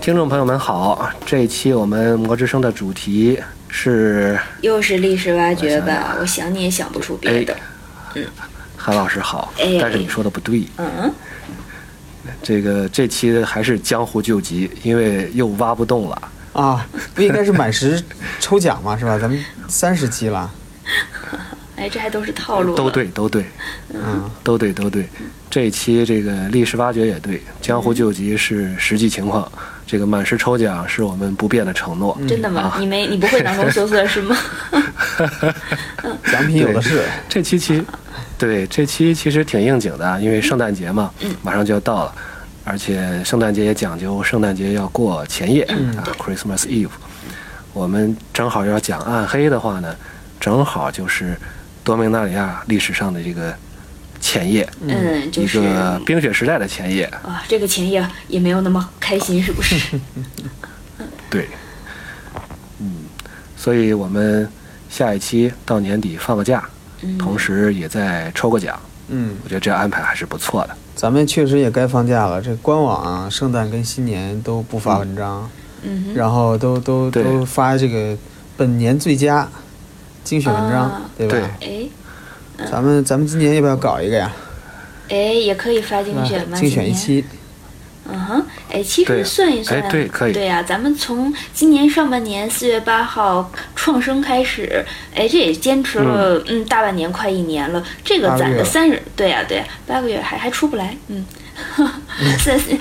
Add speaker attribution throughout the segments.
Speaker 1: 听众朋友们好，这一期我们魔之声的主题是
Speaker 2: 又是历史挖掘吧？我想你也想不出别的。
Speaker 1: 韩老师好，
Speaker 2: 哎
Speaker 1: 但是你说的不对，
Speaker 2: 嗯，
Speaker 1: 这个这期还是江湖救急，因为又挖不动了。
Speaker 3: 啊，不应该是满十抽奖吗？是吧？咱们三十期了，
Speaker 2: 哎，这还都是套路。
Speaker 1: 都。对，都对，
Speaker 3: 嗯，
Speaker 1: 都对，都对。这一期这个历史挖掘也对，江湖救急是实际情况，这个满十抽奖是我们不变的承诺。
Speaker 2: 真的吗？你没你不会囊中羞涩是吗？
Speaker 3: 奖品有的是。
Speaker 1: 这期其对这期其实挺应景的啊，因为圣诞节嘛，
Speaker 2: 嗯
Speaker 1: 马上就要到了，而且圣诞节也讲究，圣诞节要过前夜、
Speaker 2: 嗯
Speaker 1: 啊，Christmas Eve。我们正好要讲暗黑的话呢，正好就是多明纳里亚历史上的这个前夜，
Speaker 2: 嗯，就
Speaker 1: 一
Speaker 2: 是
Speaker 1: 个冰雪时代的前夜。
Speaker 2: 啊，这个前夜也没有那么开心，是不是？
Speaker 1: 对，嗯，所以我们下一期到年底放个假，
Speaker 2: 嗯
Speaker 1: 同时也再抽个奖，
Speaker 3: 嗯，
Speaker 1: 我觉得这安排还是不错的。
Speaker 3: 咱们确实也该放假了。这官网啊，圣诞跟新年都不发文章，
Speaker 2: 嗯
Speaker 3: 然后都都
Speaker 1: 对
Speaker 3: 都发这个本年最佳精选文章，
Speaker 2: 啊
Speaker 3: 对吧？
Speaker 2: 哼，哎
Speaker 3: 咱们咱们今年要不要搞一个呀？
Speaker 2: 哎，也可以发精选
Speaker 3: 啊
Speaker 2: 吗？
Speaker 3: 竞选
Speaker 2: 今
Speaker 3: 一
Speaker 2: 年
Speaker 3: 期，
Speaker 2: 嗯哼，哎，其
Speaker 1: 对
Speaker 2: 实算一算，
Speaker 1: 哎对可以
Speaker 2: 对呀、咱们从今年上半年四月八号创生开始，哎，这也坚持了嗯大半年，快一年了，这个
Speaker 3: 八个
Speaker 2: 攒
Speaker 3: 月
Speaker 2: 的
Speaker 3: 了
Speaker 2: 三十，对呀、对呀、八个月还还出不来，嗯。三三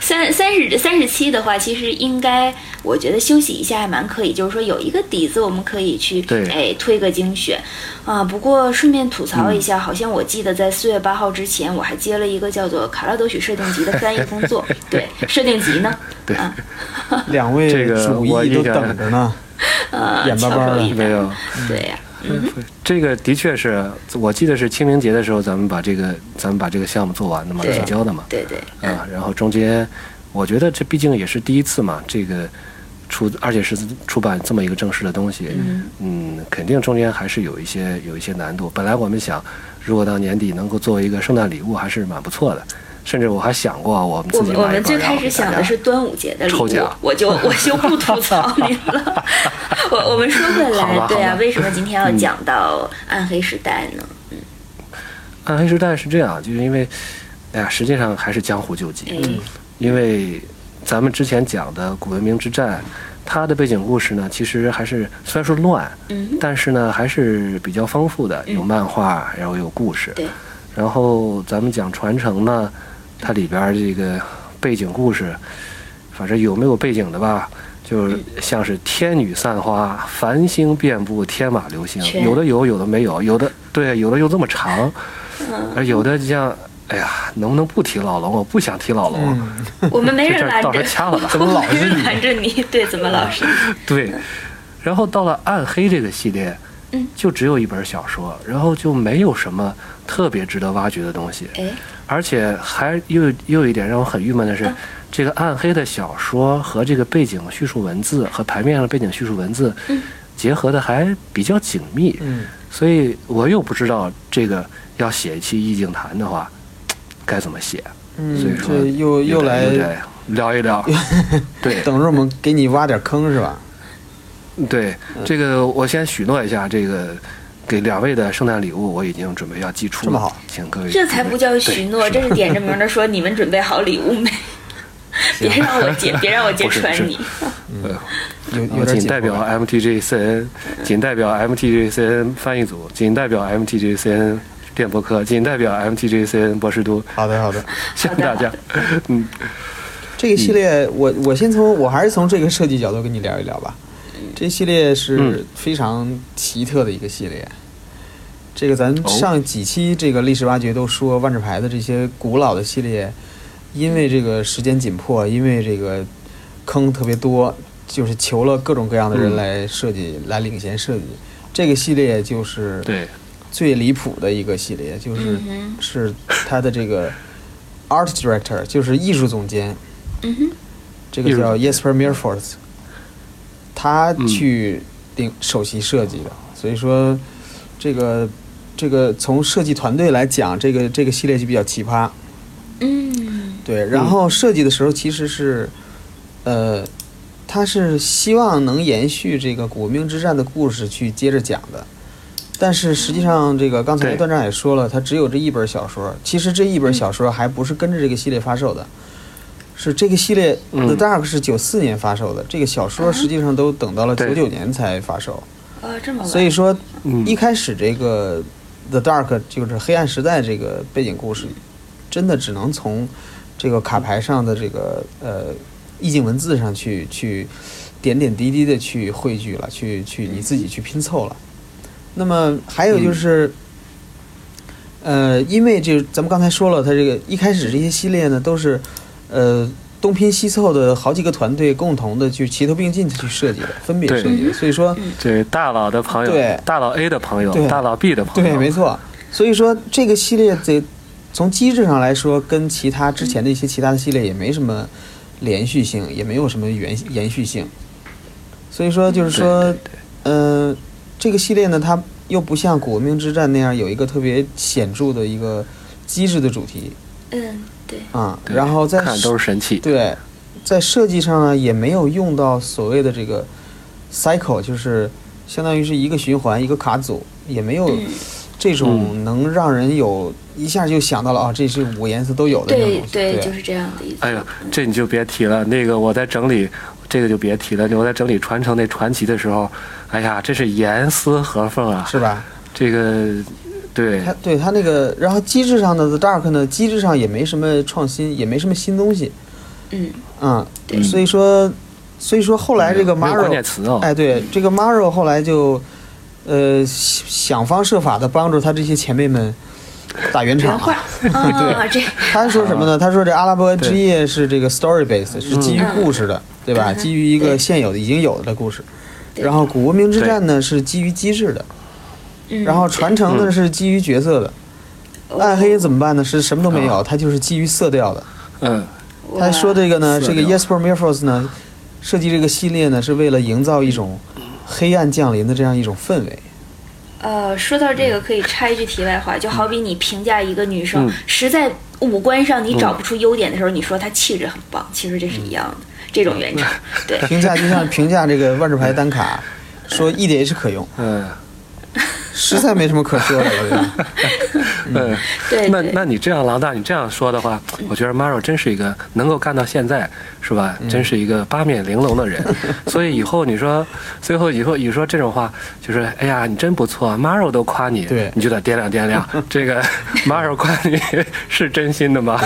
Speaker 2: 三三十三十七的话，其实应该我觉得休息一下还蛮可以，就是说有一个底子，我们可以去
Speaker 1: 对
Speaker 2: 哎推个精选，啊，不过顺便吐
Speaker 3: 嗯
Speaker 2: 槽一下，好像我记得在四月八号之前，我还接了一个叫做《卡拉德许设定集》的翻译工 作。对，设定集呢，
Speaker 1: 对，
Speaker 3: 两
Speaker 1: 这
Speaker 3: 位
Speaker 1: 个
Speaker 3: 主
Speaker 1: 我
Speaker 3: 意
Speaker 1: 印
Speaker 3: 都
Speaker 1: 象
Speaker 3: 等着呢，
Speaker 2: 呃，
Speaker 3: 眼巴
Speaker 2: 巧
Speaker 3: 巴
Speaker 2: 合
Speaker 3: 的
Speaker 2: 一
Speaker 1: 没
Speaker 2: 单，
Speaker 1: 有，
Speaker 2: 对呀、
Speaker 1: 这个的确是我记得是清明节的时候，咱们把这个咱们把这个项目做完的嘛，
Speaker 2: 对
Speaker 1: 提交的嘛，
Speaker 2: 对对，
Speaker 1: 啊，然后中间我觉得这毕竟也是第一次嘛，这个出而且是出版这么一个正式的东西，嗯，肯定中间还是有一些有一些难度。本来我们想，如果到年底能够作为一个圣诞礼物，还是蛮不错的，甚至我还想过我们
Speaker 2: 我
Speaker 1: 自己
Speaker 2: 们我
Speaker 1: 买一
Speaker 2: 们最
Speaker 1: 本，然
Speaker 2: 开
Speaker 1: 后
Speaker 2: 始
Speaker 1: 给大
Speaker 2: 想
Speaker 1: 家
Speaker 2: 的是端午节的礼
Speaker 1: 抽
Speaker 2: 物
Speaker 1: 奖，
Speaker 2: 我就我就不 吐槽你了。我我们说回
Speaker 1: 好吧
Speaker 2: 来，
Speaker 1: 好
Speaker 2: 对啊
Speaker 1: 吧，嗯
Speaker 2: 为什么今天要讲到暗黑时代呢？
Speaker 1: 暗黑时代是这样，就是因为，哎呀，实际上还是江湖救急。
Speaker 2: 哎，
Speaker 1: 因为咱们之前讲的古文明之战，它的背景故事呢，其实还是虽然说乱，
Speaker 2: 嗯，
Speaker 1: 但是呢还是比较丰富的，有漫画，然后有故事。
Speaker 2: 对，
Speaker 1: 然后咱们讲传承呢，它里边儿这个背景故事，反正有没有背景的吧，就是像是天女散花，繁星遍布，天马流星，
Speaker 2: 全
Speaker 1: 有的有，有的没有，有的对，有的又这么长，而有的就像。哎呀，能不能不提老龙？我不想提老龙。
Speaker 3: 嗯，
Speaker 2: 我们没
Speaker 1: 这
Speaker 2: 人
Speaker 1: 事儿
Speaker 2: 拦着
Speaker 1: 到时候掐了吧，
Speaker 3: 怎么
Speaker 2: 我
Speaker 3: 老
Speaker 2: 们没
Speaker 3: 是
Speaker 2: 人
Speaker 3: 你？
Speaker 2: 拦着你，对，怎么老是你？
Speaker 1: 对，然后到了暗黑这个系列，
Speaker 2: 嗯
Speaker 1: 就只有一本小说，然后就没有什么特别值得挖掘的东西，
Speaker 2: 哎，
Speaker 1: 而且还又又有一点让我很郁闷的是，
Speaker 2: 嗯
Speaker 1: 这个暗黑的小说和这个背景叙述文字和牌面上的背景叙述文字，
Speaker 2: 嗯
Speaker 1: 结合的还比较紧密，
Speaker 3: 嗯，
Speaker 1: 所以我又不知道这个要写一期意境谈的话，该怎么写，所以
Speaker 3: 嗯，
Speaker 1: 说
Speaker 3: 这又
Speaker 1: 得又
Speaker 3: 又来
Speaker 1: 得聊一聊，对。
Speaker 3: 等着我们给你挖点坑是吧？
Speaker 1: 对，
Speaker 3: 嗯
Speaker 1: 这个我先许诺一下，这个给两位的圣诞礼物我已经准备要寄出了，
Speaker 3: 这么好
Speaker 1: 请各位
Speaker 2: 这才不叫许诺，这是点着名的说你们准备好礼物 没？别让我揭，别让我揭
Speaker 1: 不是
Speaker 2: 穿
Speaker 1: 不是
Speaker 2: 你。
Speaker 1: 对。呃
Speaker 3: 有有
Speaker 1: 我
Speaker 3: 点
Speaker 1: 仅
Speaker 3: 解
Speaker 1: 代表啊
Speaker 3: 惑了
Speaker 1: MTGCN，仅代表 MTGCN 翻译组，仅代表 MTGCN 电波科，仅代表 MTGCN 博士都，
Speaker 3: 好的好的，
Speaker 1: 谢谢大家。嗯，
Speaker 3: 这个系列我我先从我还是从这个设计角度跟你聊一聊吧。这系列是
Speaker 1: 嗯
Speaker 3: 非常奇特的一个系列。这个咱
Speaker 1: 哦
Speaker 3: 上几期这个历史挖掘都说万智牌的这些古老的系列，因为这个时间紧迫，因为这个坑特别多，就是求了各种各样的人
Speaker 1: 嗯
Speaker 3: 来设计、来领衔设计。这个系列就是
Speaker 1: 对，
Speaker 3: 最离谱的一个系列，就是、
Speaker 2: 嗯
Speaker 3: 是他的这个 art director，就是艺术总监，
Speaker 2: 嗯哼，
Speaker 3: 这个叫 Jesper m i r f o r d 他去领首席设计的，所以说这个这个从设计团队来讲，这个这个系列就比较奇葩。
Speaker 2: 嗯
Speaker 3: 对，然后设计的时候其实是呃，他是希望能延续这个古文明之战的故事去接着讲的。但是实际上，这个刚
Speaker 1: 嗯
Speaker 3: 才
Speaker 1: 对嗯
Speaker 3: 段长也说了，他只有这一本小说。其实这一本小说还不是跟着这个系列发售的，是这个系列《
Speaker 1: 嗯啊
Speaker 3: The Dark》是九四年发售的，这个小说实际上都等到了
Speaker 1: 对
Speaker 3: 九九年才发售。
Speaker 2: 呃，这么晚，
Speaker 3: 所以说，
Speaker 1: 嗯
Speaker 3: 一开始这个《The Dark》就是黑暗时代这个背景故事，真的只能从这个卡牌上的这个呃意境文字上去去点点滴滴的去汇聚了，去去你自己去拼凑了。那么还有就是，
Speaker 1: 嗯
Speaker 3: 呃，因为这咱们刚才说了，它这个一开始这些系列呢都是呃东拼西凑的好几个团队共同的去齐头并进的去设计的，分别
Speaker 1: 对
Speaker 3: 设计的，所以说。
Speaker 1: 这大佬的朋
Speaker 3: 对
Speaker 1: 友，大佬 A 的朋友
Speaker 3: 对，
Speaker 1: 大佬 B 的朋友，
Speaker 3: 对，没错。所以说这个系列得从机制上来说，跟其他之前的一些其他的系列也没什么连续性，也没有什么延延续性。所以说就是
Speaker 1: 对
Speaker 3: 说
Speaker 1: 对，
Speaker 3: 呃，这个系列呢，它又不像《古文明之战》那样有一个特别显著的一个机制的主题
Speaker 2: 嗯，对，
Speaker 3: 啊，
Speaker 1: 对
Speaker 3: 然后在
Speaker 1: 看都是神器，
Speaker 3: 对，在设计上呢，也没有用到所谓的这个 cycle，就是相当于是一个循环一个卡组，也没有
Speaker 2: 嗯
Speaker 3: 这种能让人有一下就想到了啊，这是五颜色都有的这种
Speaker 2: 对
Speaker 3: 东西。
Speaker 2: 对，
Speaker 3: 对，
Speaker 2: 就是这样的一个。
Speaker 1: 啊哎呀，这你就别提了。那个我在整理，这个就别提了。我在整理传承那传奇的时候，哎呀，这是严丝合缝啊！
Speaker 3: 是吧？
Speaker 1: 这个，对
Speaker 3: 它对它那个，然后机制上的 The Dark 呢，机制上也没什么创新，也没什么新东西，
Speaker 2: 嗯，
Speaker 3: 嗯，
Speaker 2: 对
Speaker 3: 所以说，所以说后来这个
Speaker 1: 没有关键
Speaker 3: Maro，
Speaker 1: 词哦，
Speaker 3: 哎，对，这个 Maro 后来就，呃，想方设法的帮助他这些前辈们打圆
Speaker 2: 原
Speaker 3: 场，
Speaker 2: 话，啊， 这
Speaker 3: 他说什么呢？他说这阿拉伯文之夜是这个 story based，是基于故事的，对吧？
Speaker 2: 嗯
Speaker 3: 基于一个现有的已经有的故事。
Speaker 2: 对
Speaker 3: 然后古文明之战呢是基于机制的，
Speaker 2: 嗯，
Speaker 3: 然后传承呢
Speaker 1: 嗯
Speaker 3: 是基于角色的。
Speaker 2: 哦
Speaker 3: 呃暗黑怎么办呢？是什么都没
Speaker 1: 哦
Speaker 3: 有，它就是基于色调的。
Speaker 1: 嗯，
Speaker 3: 他说这个呢，
Speaker 1: 色
Speaker 3: 这
Speaker 1: 调
Speaker 3: 个 Jesper Mirfors 呢设计这个系列呢是为了营造一种黑暗降临的这样一种氛围。
Speaker 2: 呃，说到这个，可以插一句题外话，就好比你评价一个女生，
Speaker 1: 嗯
Speaker 2: 实在五官上
Speaker 3: 嗯
Speaker 2: 你找不出优点的时候，你说她气质很棒，其实这是一样的、这种
Speaker 3: 嗯
Speaker 2: 原则。对，
Speaker 3: 评价就像评价这个万智牌单卡，说 EDH 可用，
Speaker 1: 嗯
Speaker 3: 实在没什么可说的了对 吧。
Speaker 1: 嗯，
Speaker 2: 对
Speaker 1: 那
Speaker 2: 哎对
Speaker 1: 那你这样，郎大，你这样说的话，我觉得 Maro 真是一个能够干到现在，是吧？真是一个八面玲珑的人。所以以后你说，最后以后你说这种话，就是哎呀，你真不错，Maro 都夸你，
Speaker 3: 对
Speaker 1: 你就得掂量掂量，这个 Maro 夸你 是真心的吗？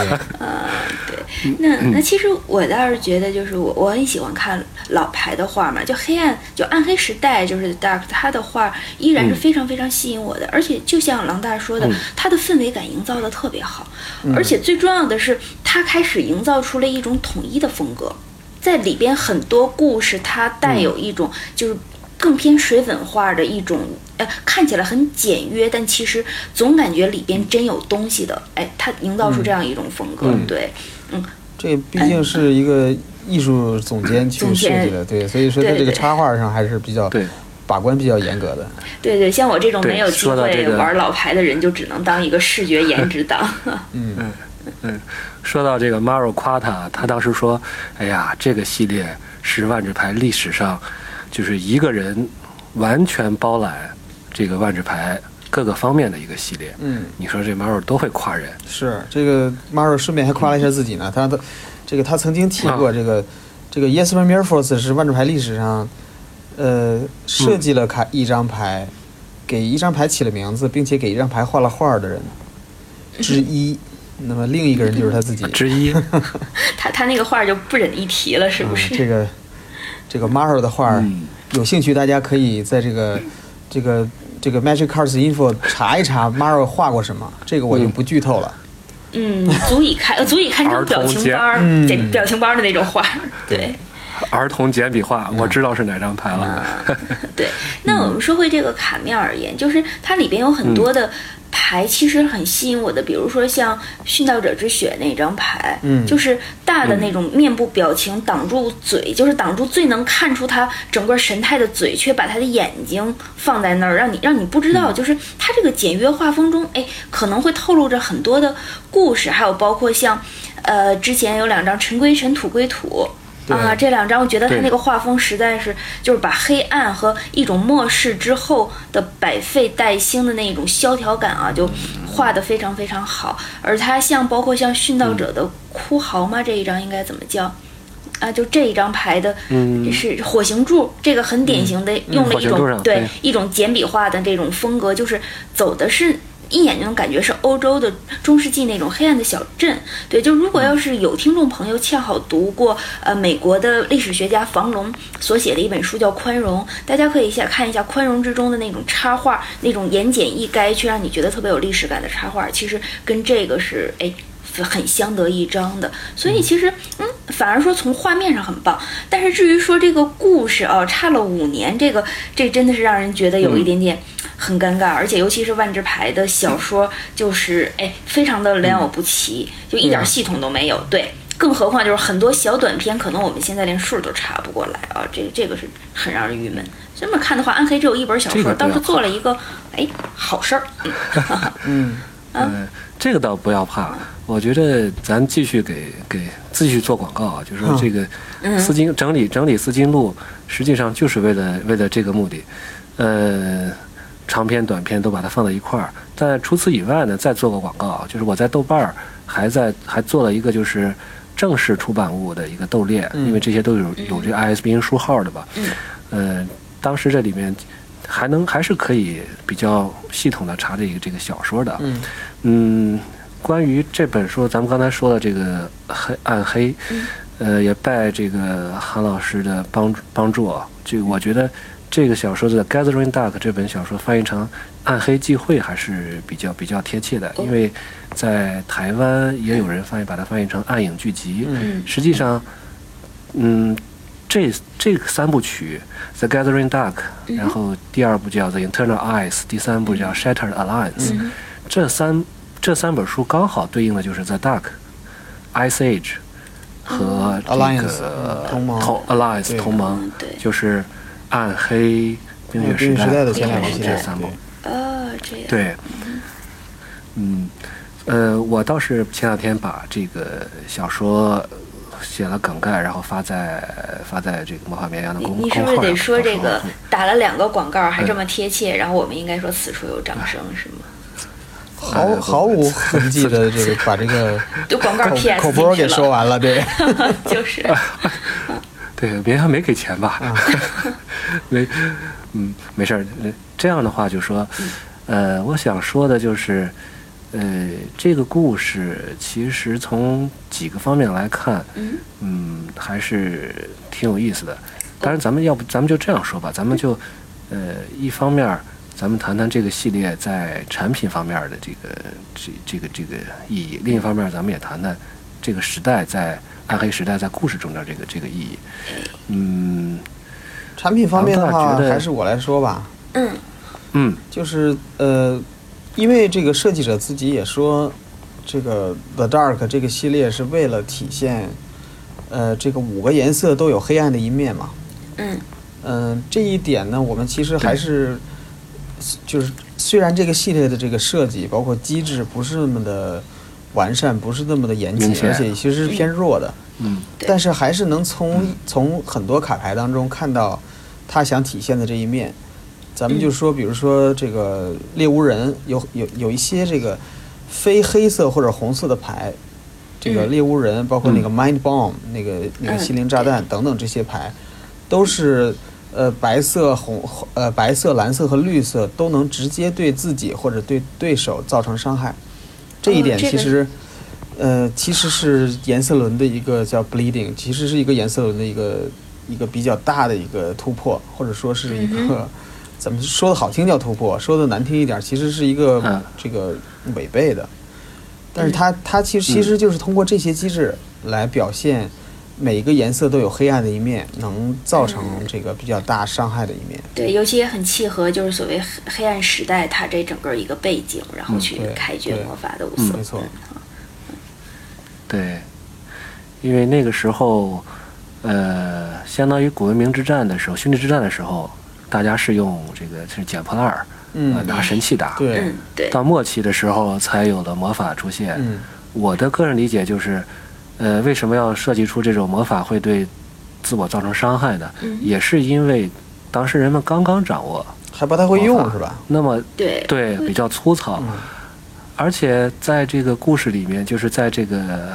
Speaker 2: 那那其实我倒是觉得，就是我我很喜欢看老牌的画嘛，就黑暗就暗黑时代，就是 Dark，他的画依然是非常非常吸引我的，而且就像郎大说的，他的氛围感营造的特别好，而且最重要的是，他开始营造出了一种统一的风格，在里边很多故事它带有一种就是。更偏水粉画的一种，呃，看起来很简约，但其实总感觉里边真有东西的。哎，他营造出这样一种风格，
Speaker 1: 嗯
Speaker 2: 对，
Speaker 3: 这毕竟是一个艺术总监去设计的，对，所以说在这个插画上还是比较
Speaker 1: 对
Speaker 3: 把关比较严格的。
Speaker 2: 对对，像我这种
Speaker 1: 对
Speaker 2: 没有机
Speaker 1: 说到
Speaker 2: 会
Speaker 1: 这个
Speaker 2: 玩老牌的人，就只能当一个视觉颜值 党。
Speaker 3: 嗯，
Speaker 1: 嗯， 说到这个 Maro 夸他，他当时说：“哎呀，这个系列是万智牌历史上，就是一个人完全包揽这个万智牌各个方面的一个系列。”
Speaker 3: 嗯，
Speaker 1: 你说这 Maro 多会夸人，
Speaker 3: 是这个 Maro 顺便还夸了一下自己呢，他的这个他曾经提
Speaker 2: 啊
Speaker 3: 过这个这个 Yesman Mirfors 是万智牌历史上呃设计了卡一张牌，给一张牌起了名字，并且给一张牌画了画的人之一。那么另一个人就是他自己。
Speaker 1: 之一，
Speaker 2: 他他那个画就不忍一提了，是
Speaker 3: 啊
Speaker 2: 不是？
Speaker 3: 这个这个 Maro 的画儿，
Speaker 1: 嗯
Speaker 3: 有兴趣大家可以在这个这个这个 Magic Cards Info 查一查 Maro 画过什么，这个我就不剧透了。
Speaker 2: 嗯，足以堪足以堪称
Speaker 1: 儿
Speaker 2: 表
Speaker 1: 童
Speaker 2: 情
Speaker 1: 节
Speaker 2: 包儿，
Speaker 3: 嗯
Speaker 2: 这表情包儿的那种画。对
Speaker 1: 儿童简笔画，我知道是哪张牌了。
Speaker 2: 对。那
Speaker 3: 嗯
Speaker 2: 我们说回这个卡面而言，就是它里边有很多的牌，其实很吸引我的，比如说像《殉道者之血》那张牌，
Speaker 3: 嗯
Speaker 2: 就是大的那种面部表情挡住嘴，就是挡住最能看出他整个神态的嘴，却把他的眼睛放在那儿，让你让你不知
Speaker 3: 嗯
Speaker 2: 道，就是他这个简约画风中，哎，可能会透露着很多的故事，还有包括像，呃，之前有两张尘归尘，土归土。
Speaker 3: 对
Speaker 2: 啊，这两张我觉得他
Speaker 1: 对
Speaker 2: 那个画风实在是，就是把黑暗和一种末世之后的百废待兴的那一种萧条感啊，就画得非常非常好。而他像包括像《殉道者的哭嚎》吗？这一张应该怎么叫？啊，就这一张排的，
Speaker 1: 嗯
Speaker 2: 是火形柱，这个很典型的用了
Speaker 1: 火
Speaker 2: 一
Speaker 1: 形
Speaker 2: 种、
Speaker 1: 柱上
Speaker 2: 对
Speaker 1: 对
Speaker 2: 一种简笔画的这种风格，就是走的是一眼就能感觉是欧洲的中世纪那种黑暗的小镇。对，就如果
Speaker 1: 嗯
Speaker 2: 要是有听众朋友恰好读过呃美国的历史学家房龙所写的一本书叫《宽容》，大家可以下看一下《宽容》之中的那种插画，那种言简意赅却让你觉得特别有历史感的插画，其实跟这个是哎。很相得益彰的，所以其实，嗯，反而说从画面上很棒，但是至于说这个故事啊，差了五年，这个这真的是让人觉得
Speaker 1: 嗯
Speaker 2: 有一点点很尴尬，而且尤其是万智牌的小说，就是哎，非常
Speaker 1: 嗯
Speaker 2: 的良莠不齐，就一
Speaker 1: 啊
Speaker 2: 点系统都没有。对，更何况就是很多小短片，可能我们现在连数都查不过来啊，这这个是很让人郁闷。这么看的话，暗黑只有一本小
Speaker 1: 这
Speaker 2: 说，
Speaker 1: 个不要啊
Speaker 2: 倒是做了一个哎好事儿。嗯
Speaker 3: 嗯，
Speaker 1: 呃，这个倒不要怕，我觉得咱继续给给继续做广告啊，就是说
Speaker 3: 嗯
Speaker 1: 这个
Speaker 2: 嗯
Speaker 1: 丝巾整理整理丝巾路，实际上就是为了为了这个目的，呃，长篇短篇都把它放在一块儿。但除此以外呢，再做个广告啊，就是我在豆瓣儿还在还做了一个就是正式出版物的一个斗列，因为这些都有有这个 ISBN 书号的嘛，呃，当时这里面还能还是可以比较系统的查这个这个小说的，啊
Speaker 3: 嗯
Speaker 1: 嗯，关于这本书，咱们刚才说的这个黑暗黑，呃，也拜这个韩老师的帮助帮助啊，就我觉得这个小说的《Gathering Dark》这本小说翻译成《暗黑忌讳》还是比较比较贴切的，因为在台湾也有人翻译把它翻译成《暗影剧集》，
Speaker 2: 嗯
Speaker 1: 实际上，嗯，这这三部曲《The Gathering Dark》，然后第二部叫《The Internal Eyes》，第三部叫《Shattered Alliance》。这
Speaker 2: 嗯
Speaker 1: 三这三本书刚好对应的就是《The Dark》、《Ice Age》和这个呃
Speaker 3: 哦 Alliance，嗯同盟
Speaker 1: 同 Alliance
Speaker 3: 对
Speaker 1: 同盟
Speaker 2: 嗯，对
Speaker 1: 就是暗黑、冰雪
Speaker 3: 哦冰雪时代的
Speaker 1: 同
Speaker 3: 前两
Speaker 1: 盟
Speaker 3: 个
Speaker 2: 系
Speaker 3: 系
Speaker 2: 列
Speaker 3: 列
Speaker 1: 这，三部
Speaker 3: 对。
Speaker 2: 哦，这样。
Speaker 1: 对，嗯，呃，我倒是前两天把这个小说写了梗概，然后发在发在这个魔法绵羊的
Speaker 2: 你
Speaker 1: 公
Speaker 2: 你是
Speaker 1: 公
Speaker 2: 不
Speaker 1: 号上。
Speaker 2: 是得说
Speaker 1: 到时
Speaker 2: 这
Speaker 1: 候嗯
Speaker 2: 个
Speaker 1: 会
Speaker 3: 嗯
Speaker 2: 打了两个广告还这
Speaker 1: 嗯
Speaker 2: 么贴切？然后我们应该说此处有掌声
Speaker 3: 嗯
Speaker 2: 是吗？
Speaker 1: 哎
Speaker 3: 毫毫无痕迹 的这个把这个
Speaker 2: 就广告
Speaker 3: 口
Speaker 2: PS
Speaker 3: 口播
Speaker 2: 进
Speaker 3: 给
Speaker 2: 去
Speaker 3: 说
Speaker 2: 了，
Speaker 3: 完了， 嗯对，
Speaker 2: 就是
Speaker 1: 对，别还没给钱吧？ 没，嗯，没事儿。呃这样的话就说，呃，我想说的就是，呃，这个故事其实从几个方面来看，
Speaker 2: 嗯
Speaker 1: 嗯，还是挺有意思的。当然，咱们要不咱们就这样说吧，咱们就，呃，一方面儿咱们谈谈这个系列在产品方面儿的这个这这个这个意义，另一方面儿咱们也谈谈这个时代在暗黑时代在故事中的这个这个意义。嗯
Speaker 3: 产品方面的
Speaker 1: 唐大
Speaker 3: 话，
Speaker 1: 觉得
Speaker 3: 还是我来说吧。
Speaker 2: 嗯
Speaker 1: 嗯
Speaker 3: 就是呃，因为这个设计者自己也说，这个 The Dark 这个系列是为了体现，呃，这个五个颜色都有黑暗的一面嘛。
Speaker 2: 嗯
Speaker 3: 嗯、这一点呢，我们其实还是，就是虽然这个系列的这个设计包括机制不是那么的完善，不是那么的严谨
Speaker 1: 明，显
Speaker 3: 而且其实是偏弱的，
Speaker 1: 嗯，
Speaker 2: 对嗯
Speaker 3: 但是还是能从从很多卡牌当中看到他想体现的这一面。咱
Speaker 2: 嗯
Speaker 3: 们就说，比如说这个猎巫人，有有有一些这个非黑色或者红色的牌，这个
Speaker 2: 嗯
Speaker 3: 猎巫人，包括那个 Mind Bomb、那个那个
Speaker 2: 嗯
Speaker 3: 心灵炸弹等等这些牌，都是呃白色、红呃白色、蓝色和绿色都能直接对自己或者对对手造成伤害。这一
Speaker 2: 哦
Speaker 3: 点
Speaker 2: 这
Speaker 3: 其
Speaker 2: 个
Speaker 3: 实，呃，其实是颜色轮的一个叫 bleeding，其实是一个颜色轮的一个一个比较大的一个突破，或者说是一
Speaker 2: 嗯
Speaker 3: 个、咱们说的好听叫突破，说的难听一点，其实是一个、
Speaker 1: 嗯
Speaker 3: 这个违背的。但是它它其
Speaker 1: 嗯
Speaker 3: 实其实就是通过这些机制来表现每一个颜色都有黑暗的一面，能造成
Speaker 1: 嗯
Speaker 3: 这个比较大伤害的一面。
Speaker 2: 对，尤其也很契合，就是所谓黑黑暗时代它这整个一个背景，然后去
Speaker 3: 嗯对
Speaker 2: 开掘
Speaker 3: 对嗯
Speaker 2: 魔法的五色。
Speaker 3: 没错
Speaker 1: 对，因为那个时候，呃，相当于古文明之战的时候，兄弟之战的时候，大家是用这个是捡破烂儿，呃，
Speaker 3: 嗯，
Speaker 1: 拿神器打。
Speaker 3: 对，
Speaker 2: 嗯，对，
Speaker 1: 到末期的时候才有了魔法出现。
Speaker 3: 嗯
Speaker 1: 我的个人理解就是，呃，为什么要设计出这种魔法会对自我造成伤害的，
Speaker 3: 嗯
Speaker 1: 也是因为当时人们刚刚掌握
Speaker 3: 还不太会用是吧？
Speaker 1: 那么
Speaker 2: 对嗯
Speaker 1: 对比较粗糙，
Speaker 3: 嗯
Speaker 1: 而且在这个故事里面，就是在这个呃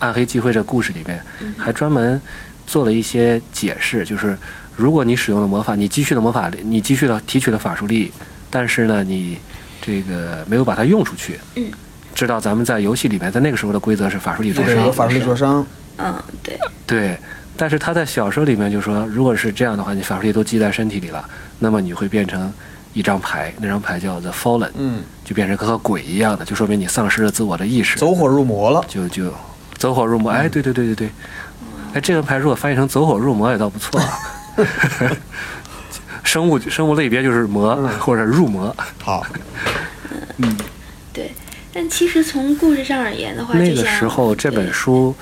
Speaker 1: 暗黑集会这故事里面，
Speaker 2: 嗯
Speaker 1: 还专门做了一些解释，就是如果你使用了魔法，你积蓄了魔法，力，你积蓄了提取了法术力，但是呢，你这个没有把它用出去。
Speaker 2: 嗯。
Speaker 1: 知道咱们在游戏里面，在那个时候的规则是法术力灼
Speaker 3: 对，
Speaker 1: 伤
Speaker 3: 有，法术力灼伤，
Speaker 2: 嗯，对，
Speaker 1: 对，但是他在小说里面就说，如果是这样的话，你法术力都积在身体里了，那么你会变成一张牌，那张牌叫 The Fallen，
Speaker 3: 嗯，
Speaker 1: 就变成跟和鬼一样的，就说明你丧失了自我的意识，
Speaker 3: 走嗯火入魔了。
Speaker 1: 就就走火入魔。哎，对对对对对，哎，这个牌如果翻译成走火入魔也倒不错啊。 生物生物类别就是魔、
Speaker 3: 嗯
Speaker 1: 或者入魔，
Speaker 3: 好，
Speaker 2: 对，但其实从故事上而言的话，
Speaker 1: 那
Speaker 2: 就
Speaker 1: 个
Speaker 2: 像
Speaker 1: 时候这
Speaker 2: 对
Speaker 1: 本书，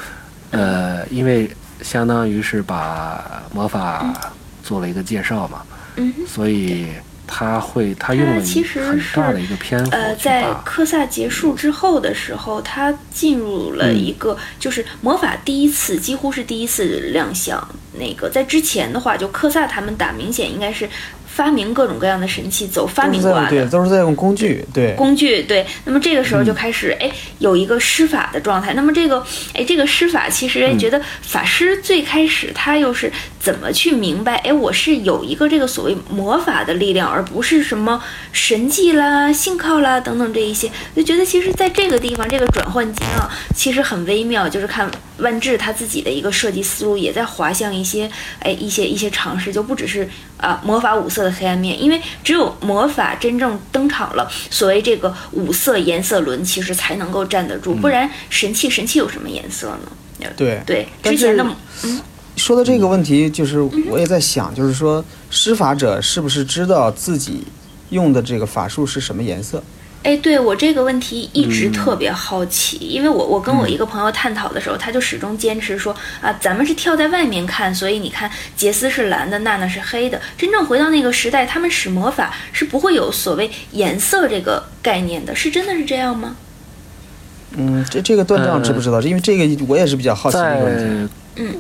Speaker 1: 呃，因为相当于是把魔法做了一个介绍嘛，
Speaker 2: 嗯哼
Speaker 1: 所以他会他用了
Speaker 2: 它其
Speaker 1: 一
Speaker 2: 实
Speaker 1: 很大
Speaker 2: 是
Speaker 1: 的一个篇幅
Speaker 2: 呃，
Speaker 1: 去
Speaker 2: 在
Speaker 1: 把
Speaker 2: 科萨结束
Speaker 3: 嗯
Speaker 2: 之后的时候，他进入了一个、就是魔法第一次，几乎是第一次亮相。那个在之前的话，就科萨他们打明显应该是发明各种各样的神器，走发
Speaker 3: 都是
Speaker 2: 明
Speaker 3: 在
Speaker 2: 挂
Speaker 3: 用对，
Speaker 2: 的。
Speaker 3: 都是在用工具，对，
Speaker 2: 工具对，那么这个时候就开始哎、有一个施法的状态。那么这个哎这个施法其实哎觉得法师最开始他又是怎么去明白哎我是有一个这个所谓魔法的力量，而不是什么神迹啦、信靠啦等等这一些，就觉得其实在这个地方这个转换间啊，其实很微妙，就是看万智他自己的一个设计思路也在滑向一些哎一些一些尝试，就不只是啊、魔法五色的黑暗面，因为只有魔法真正登场了，所谓这个五色颜色轮其实才能够站得住，
Speaker 3: 嗯
Speaker 2: 不然神器神器有什么颜色呢？
Speaker 3: 对。
Speaker 2: 对，
Speaker 3: 但
Speaker 2: 之前的
Speaker 3: 是说到这个问
Speaker 1: 嗯
Speaker 3: 题，就是我也在想，就是说施法者是不是知道自己用的这个法术是什么颜色？
Speaker 2: 哎，对我这个问题一
Speaker 1: 嗯
Speaker 2: 直特别好奇，因为我我跟我一个朋友探讨的时候，他就始终坚持说啊，咱们是跳在外面看，所以你看杰斯是蓝的，娜娜是黑的。真正回到那个时代，他们使魔法是不会有所谓颜色这个概念的，是真的是这样吗？
Speaker 3: 嗯，这这个段丈知不知道？因为这个我也是比较好奇的一个问题。
Speaker 1: 呃在
Speaker 2: 嗯，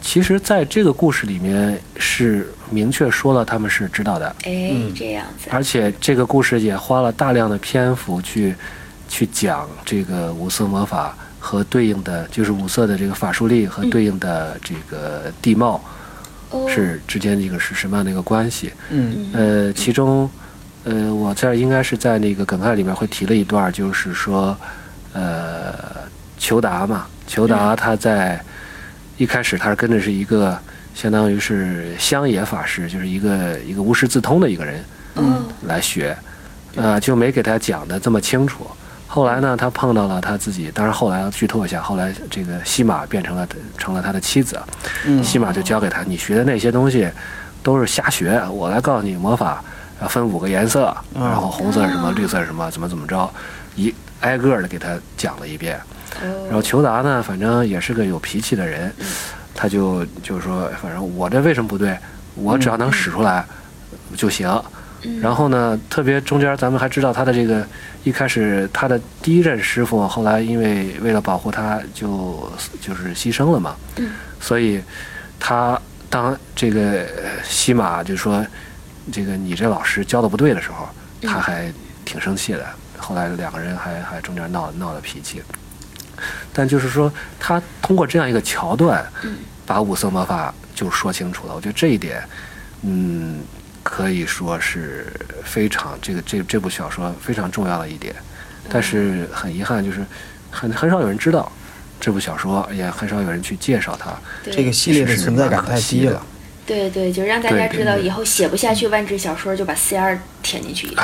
Speaker 1: 其实在这个故事里面是明确说了他们是知道的，
Speaker 2: 哎，
Speaker 1: 嗯
Speaker 2: 这样子啊，
Speaker 1: 而且这个故事也花了大量的篇幅去去讲这个五色魔法和对应的就是五色的这个法术力
Speaker 2: 嗯
Speaker 1: 和对应的这个地貌
Speaker 2: 哦，
Speaker 1: 是之间这个是什么样的一个关系。
Speaker 3: 嗯
Speaker 1: 呃，其中，呃，我这儿应该是在那个梗概里面会提了一段儿，就是说，呃，裘达嘛，裘达他在一开始他是跟着是一个相当于是乡野法师，就是一个一个无师自通的一个人
Speaker 2: 哦，
Speaker 1: 来学，呃，就没给他讲的这么清楚。后来呢，他碰到了他自己，当然后来要剧透一下，后来这个西玛变成了成了他的妻子啊。
Speaker 3: 嗯
Speaker 1: 西马就教给他，你学的那些东西都是瞎学，我来告诉你魔法，呃分五个颜色，然后红色是什么，绿色是什么，怎么怎么着，一挨个的给他讲了一遍。然后
Speaker 2: 哦，
Speaker 1: 裘达呢，反正也是个有脾气的人，
Speaker 2: 嗯
Speaker 1: 他就就说，反正我这为什么不对？我只要能使出来就行。
Speaker 2: 嗯
Speaker 1: 然后呢，特别中间咱们还知道他的这个一开始他的第一任师傅，后来因为为了保护他就就是牺牲了嘛。
Speaker 2: 嗯
Speaker 1: 所以他当这个呃西马就说这个你这老师教的不对的时候，
Speaker 2: 嗯
Speaker 1: 他还挺生气的。后来两个人还还中间闹闹了脾气。但就是说，他通过这样一个桥段，
Speaker 2: 嗯
Speaker 1: 把五色魔法就说清楚了。我觉得这一点，嗯，可以说是非常这个这这部小说非常重要的一点。但是很遗憾，就是很很少有人知道这部小说，也很少有人去介绍它。
Speaker 2: 对
Speaker 3: 这个系列的存在感太低了。
Speaker 2: 对对，就让大家
Speaker 1: 对对
Speaker 2: 知道
Speaker 1: 对
Speaker 2: 以后写不下去万智小说，就把 C R 填进去一个。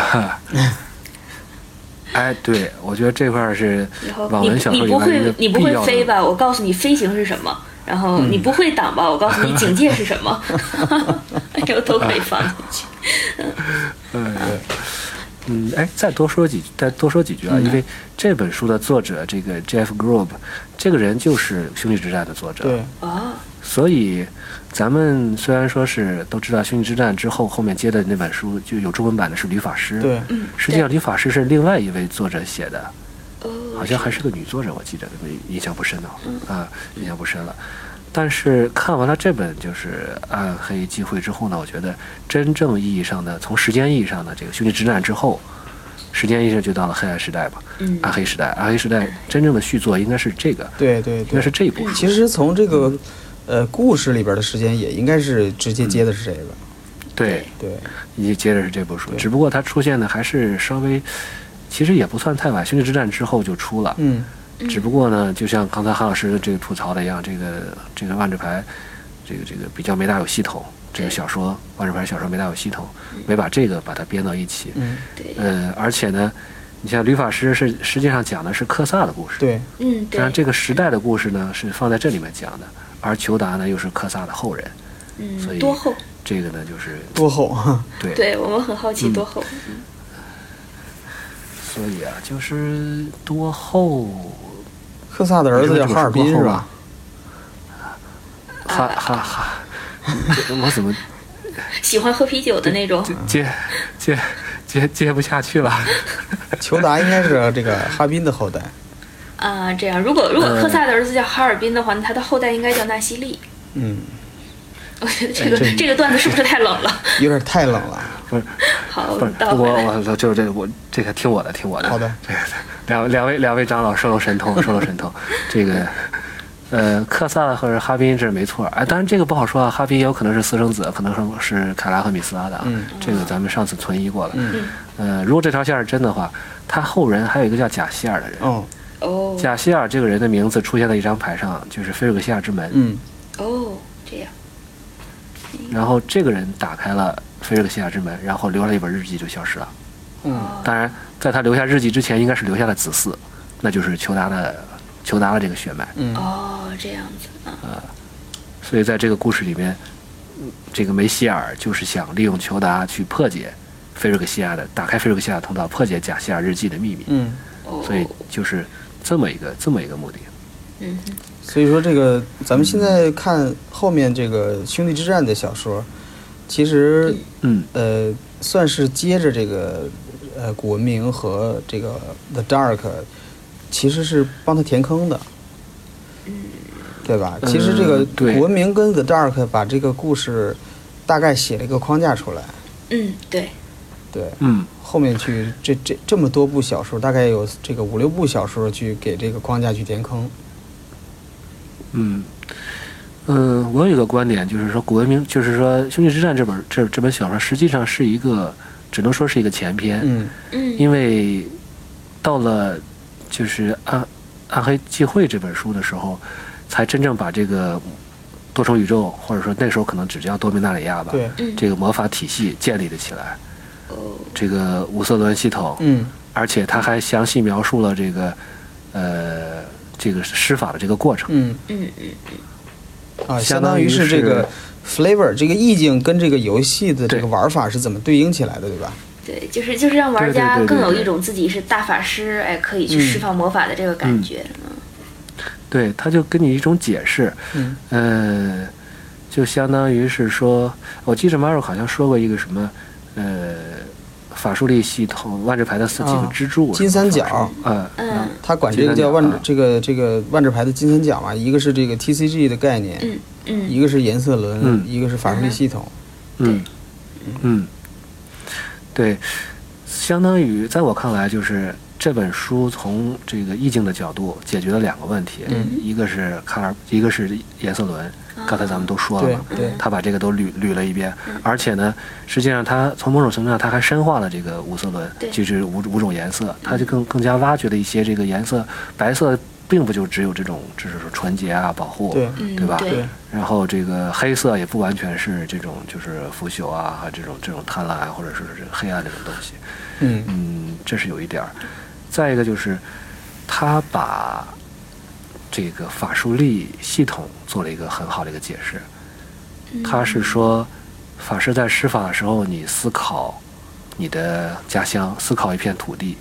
Speaker 1: 哎，对，我觉得这块儿是
Speaker 2: 以后
Speaker 1: 网
Speaker 2: 你
Speaker 1: 文小说
Speaker 2: 你
Speaker 1: 里面
Speaker 2: 不
Speaker 1: 一
Speaker 2: 会
Speaker 1: 个
Speaker 2: 你不
Speaker 1: 必
Speaker 2: 会
Speaker 1: 要的嗯
Speaker 2: 飞吧？我告诉你飞行是什么，然后你不会挡吧？我告诉 你警戒是什么，这个都可以放进去。
Speaker 1: 呃嗯，哎，再多说几再多说几句啊，
Speaker 3: 嗯
Speaker 1: 因为这本书的作者这个 Jeff Grubb，这个人就是《兄弟之战》的作者，
Speaker 3: 对，
Speaker 2: 哦，
Speaker 1: 所以咱们虽然说是都知道《兄弟之战》之后后面接的那本书就有中文版的是《吕法师》，
Speaker 3: 对，
Speaker 1: 实际上《吕法师》是另外一位作者写的，
Speaker 2: 哦，
Speaker 3: 嗯
Speaker 1: 啊好像还是个女作者，我记得印象不深了啊，印象不深了。但是看完了这本就是《暗黑机会》之后呢，我觉得真正意义上的，从时间意义上的这个《兄弟之战》之后，时间意义上就到了黑暗时代吧，啊
Speaker 2: 嗯
Speaker 1: 暗黑时代，暗黑时代真正的续作应该是这个，
Speaker 3: 对对
Speaker 1: 应该
Speaker 3: 对
Speaker 1: 是，这嗯一部书。
Speaker 3: 其实从这个呃故事里边的时间也应该是直
Speaker 1: 嗯
Speaker 3: 接接的是这个，
Speaker 1: 对，
Speaker 3: 对，
Speaker 1: 你接着是这部书，
Speaker 3: 对
Speaker 1: 只不过它出现的还是稍微，其实也不算太晚，《兄弟之战》之后就出了，
Speaker 3: 嗯
Speaker 1: 只不过呢，就像刚才韩老师这个吐槽的一样，这个这个万智牌，这个这个比较没大有系统，这个小说万智牌小说没大有系统，没把这个把它编到一起。
Speaker 3: 嗯，
Speaker 2: 对，
Speaker 1: 呃，而且呢，你像吕法师是实际上讲的是克萨的故事，
Speaker 3: 对，
Speaker 2: 嗯
Speaker 1: 实际上
Speaker 2: 对，
Speaker 1: 这个时代的故事呢是放在这里面讲的，而裘达呢又是克萨的后人，所以
Speaker 2: 嗯多厚？
Speaker 1: 这个呢就是
Speaker 3: 多厚啊！
Speaker 1: 对，
Speaker 2: 对我们很好
Speaker 1: 嗯
Speaker 2: 奇多厚，
Speaker 1: 所以啊就是多后
Speaker 3: 克萨的儿子叫哈尔滨是吧？
Speaker 1: 啊哈哈哈， 我怎么
Speaker 2: 喜欢喝啤酒的那种，
Speaker 1: 接接接接不下去了？
Speaker 3: 裘达应该是这个哈宾的后代。
Speaker 2: 啊，这样。如果如果
Speaker 1: 嗯
Speaker 2: 科萨的儿子叫哈尔滨的话，那他的后代应该叫纳西利。
Speaker 3: 嗯，
Speaker 2: 我觉得
Speaker 1: 哎
Speaker 2: 这个
Speaker 3: 这
Speaker 2: 这个段子是不是太冷了？
Speaker 3: 有点太冷了。
Speaker 1: 不是
Speaker 2: 好，
Speaker 1: 不是，
Speaker 2: 到
Speaker 1: 我我我就这我这个听我的听我的，
Speaker 3: 好的，
Speaker 1: 这个两两位两位长老收拢神通收拢神 通，这个呃克萨和哈宾这没错，哎，当然这个不好说啊，哈宾有可能是私生子，可能是是凯拉和米斯拉的啊，
Speaker 3: 嗯
Speaker 1: 这个咱们上次存疑过了，
Speaker 3: 嗯
Speaker 1: 呃，如果这条线是真的话，他后人还有一个叫贾希尔的人，
Speaker 3: 哦，
Speaker 2: 哦
Speaker 1: 贾希尔这个人的名字出现在一张牌上，就是菲尔格西亚之门，
Speaker 3: 嗯
Speaker 2: 哦，这样
Speaker 1: 然后这个人打开了菲尔格西亚之门，然后留下了一本日记就消失了。
Speaker 3: 嗯
Speaker 1: 当然，在他留下日记之前，应该是留下了子嗣，那就是裘达的裘达的这个血脉。
Speaker 3: 嗯，
Speaker 2: 哦，这样子啊，
Speaker 1: 所以在这个故事里面，嗯这个梅西尔就是想利用裘达去破解菲瑞克西亚的，打开菲瑞克西亚的通道，破解贾西亚日记的秘密。
Speaker 3: 嗯，
Speaker 2: 哦，
Speaker 1: 所以就是这么一个这么一个目的。
Speaker 2: 嗯哼，
Speaker 3: 所以说这个咱们现在看后面这个兄弟之战的小说，其实
Speaker 1: 嗯，
Speaker 3: 呃算是接着这个呃古文明和这个 The Dark，其实是帮他填坑的。对吧？其实这个
Speaker 1: 嗯对
Speaker 3: 古文明跟 The Dark 把这个故事大概写了一个框架出来，
Speaker 2: 嗯，对，
Speaker 3: 对，
Speaker 1: 嗯，
Speaker 3: 后面去这这这么多部小说，大概有这个五六部小说去给这个框架去填坑。
Speaker 1: 嗯，嗯，我有一个观点，就是说古文明，就是说《兄弟之战》这本这这本小说，实际上是一个，只能说是一个前篇，
Speaker 3: 嗯
Speaker 2: 嗯，
Speaker 1: 因为到了就是《暗暗黑忌讳》这本书的时候，才真正把这个多重宇宙，或者说那时候可能只叫多米纳里亚吧，
Speaker 3: 对
Speaker 2: 嗯
Speaker 1: 这个魔法体系建立了起来，
Speaker 2: 哦，
Speaker 1: 这个五色轮系统，
Speaker 3: 嗯
Speaker 1: 而且他还详细描述了这个呃这个施法的这个过程。
Speaker 3: 嗯
Speaker 2: 嗯嗯，
Speaker 3: 啊，
Speaker 1: 相
Speaker 3: 相
Speaker 1: 当
Speaker 3: 当
Speaker 1: 于
Speaker 3: 于
Speaker 1: 是
Speaker 3: 是这个 flavor 这个意境跟这个游戏的这
Speaker 1: 对
Speaker 3: 个玩法是怎么对应起来的，对吧？
Speaker 2: 对，就是就是让玩家
Speaker 1: 对对对
Speaker 2: 更
Speaker 1: 对
Speaker 2: 有
Speaker 1: 对
Speaker 2: 一种自己是大法师，哎，可以去
Speaker 3: 嗯
Speaker 2: 释放魔法的这个感觉，嗯
Speaker 1: 对，他就给你一种解释，
Speaker 3: 嗯
Speaker 1: 呃，就相当于是说，我记着 Maro 好像说过一个什么，呃，法术力系统万智牌的四几个
Speaker 3: 啊
Speaker 1: 支柱，
Speaker 3: 金三角
Speaker 1: 法术呃，
Speaker 2: 嗯
Speaker 3: 他管这个叫
Speaker 1: 金
Speaker 3: 万
Speaker 1: 三啊
Speaker 3: 这个这个万智牌的金三角嘛，一个是这个 TCG 的概念，
Speaker 2: 嗯嗯，
Speaker 3: 一个是颜色轮，
Speaker 1: 嗯
Speaker 3: 一个是法术力系统。
Speaker 1: 嗯，嗯，对，相当于在我看来，就是这本书从这个意境的角度解决了两个问题，
Speaker 3: 嗯啊
Speaker 1: 一个是卡尔，一个是颜色轮，刚才咱们都说了
Speaker 3: 对
Speaker 1: 嘛，
Speaker 3: 对，嗯
Speaker 1: 他把这个都捋捋了一遍，而且呢，实际上他从某种程度上他还深化了这个五色轮
Speaker 2: 对，
Speaker 1: 就是五五种颜
Speaker 3: 嗯
Speaker 1: 色，他就更更加挖掘了一些这个颜色，白色并不就只有这种，就是说纯洁啊、保护，
Speaker 3: 对
Speaker 2: 嗯
Speaker 1: 吧？
Speaker 2: 对
Speaker 1: 然后这个黑色也不完全是这种，就是腐朽啊，这种这种贪婪啊，或者说是这个黑暗这种东西，
Speaker 3: 嗯
Speaker 1: 嗯，这是有一点儿。再一个就是，他把这个法术力系统做了一个很好的一个解释。他是说，法师在施法的时候，你思考你的家乡，思考一片土地，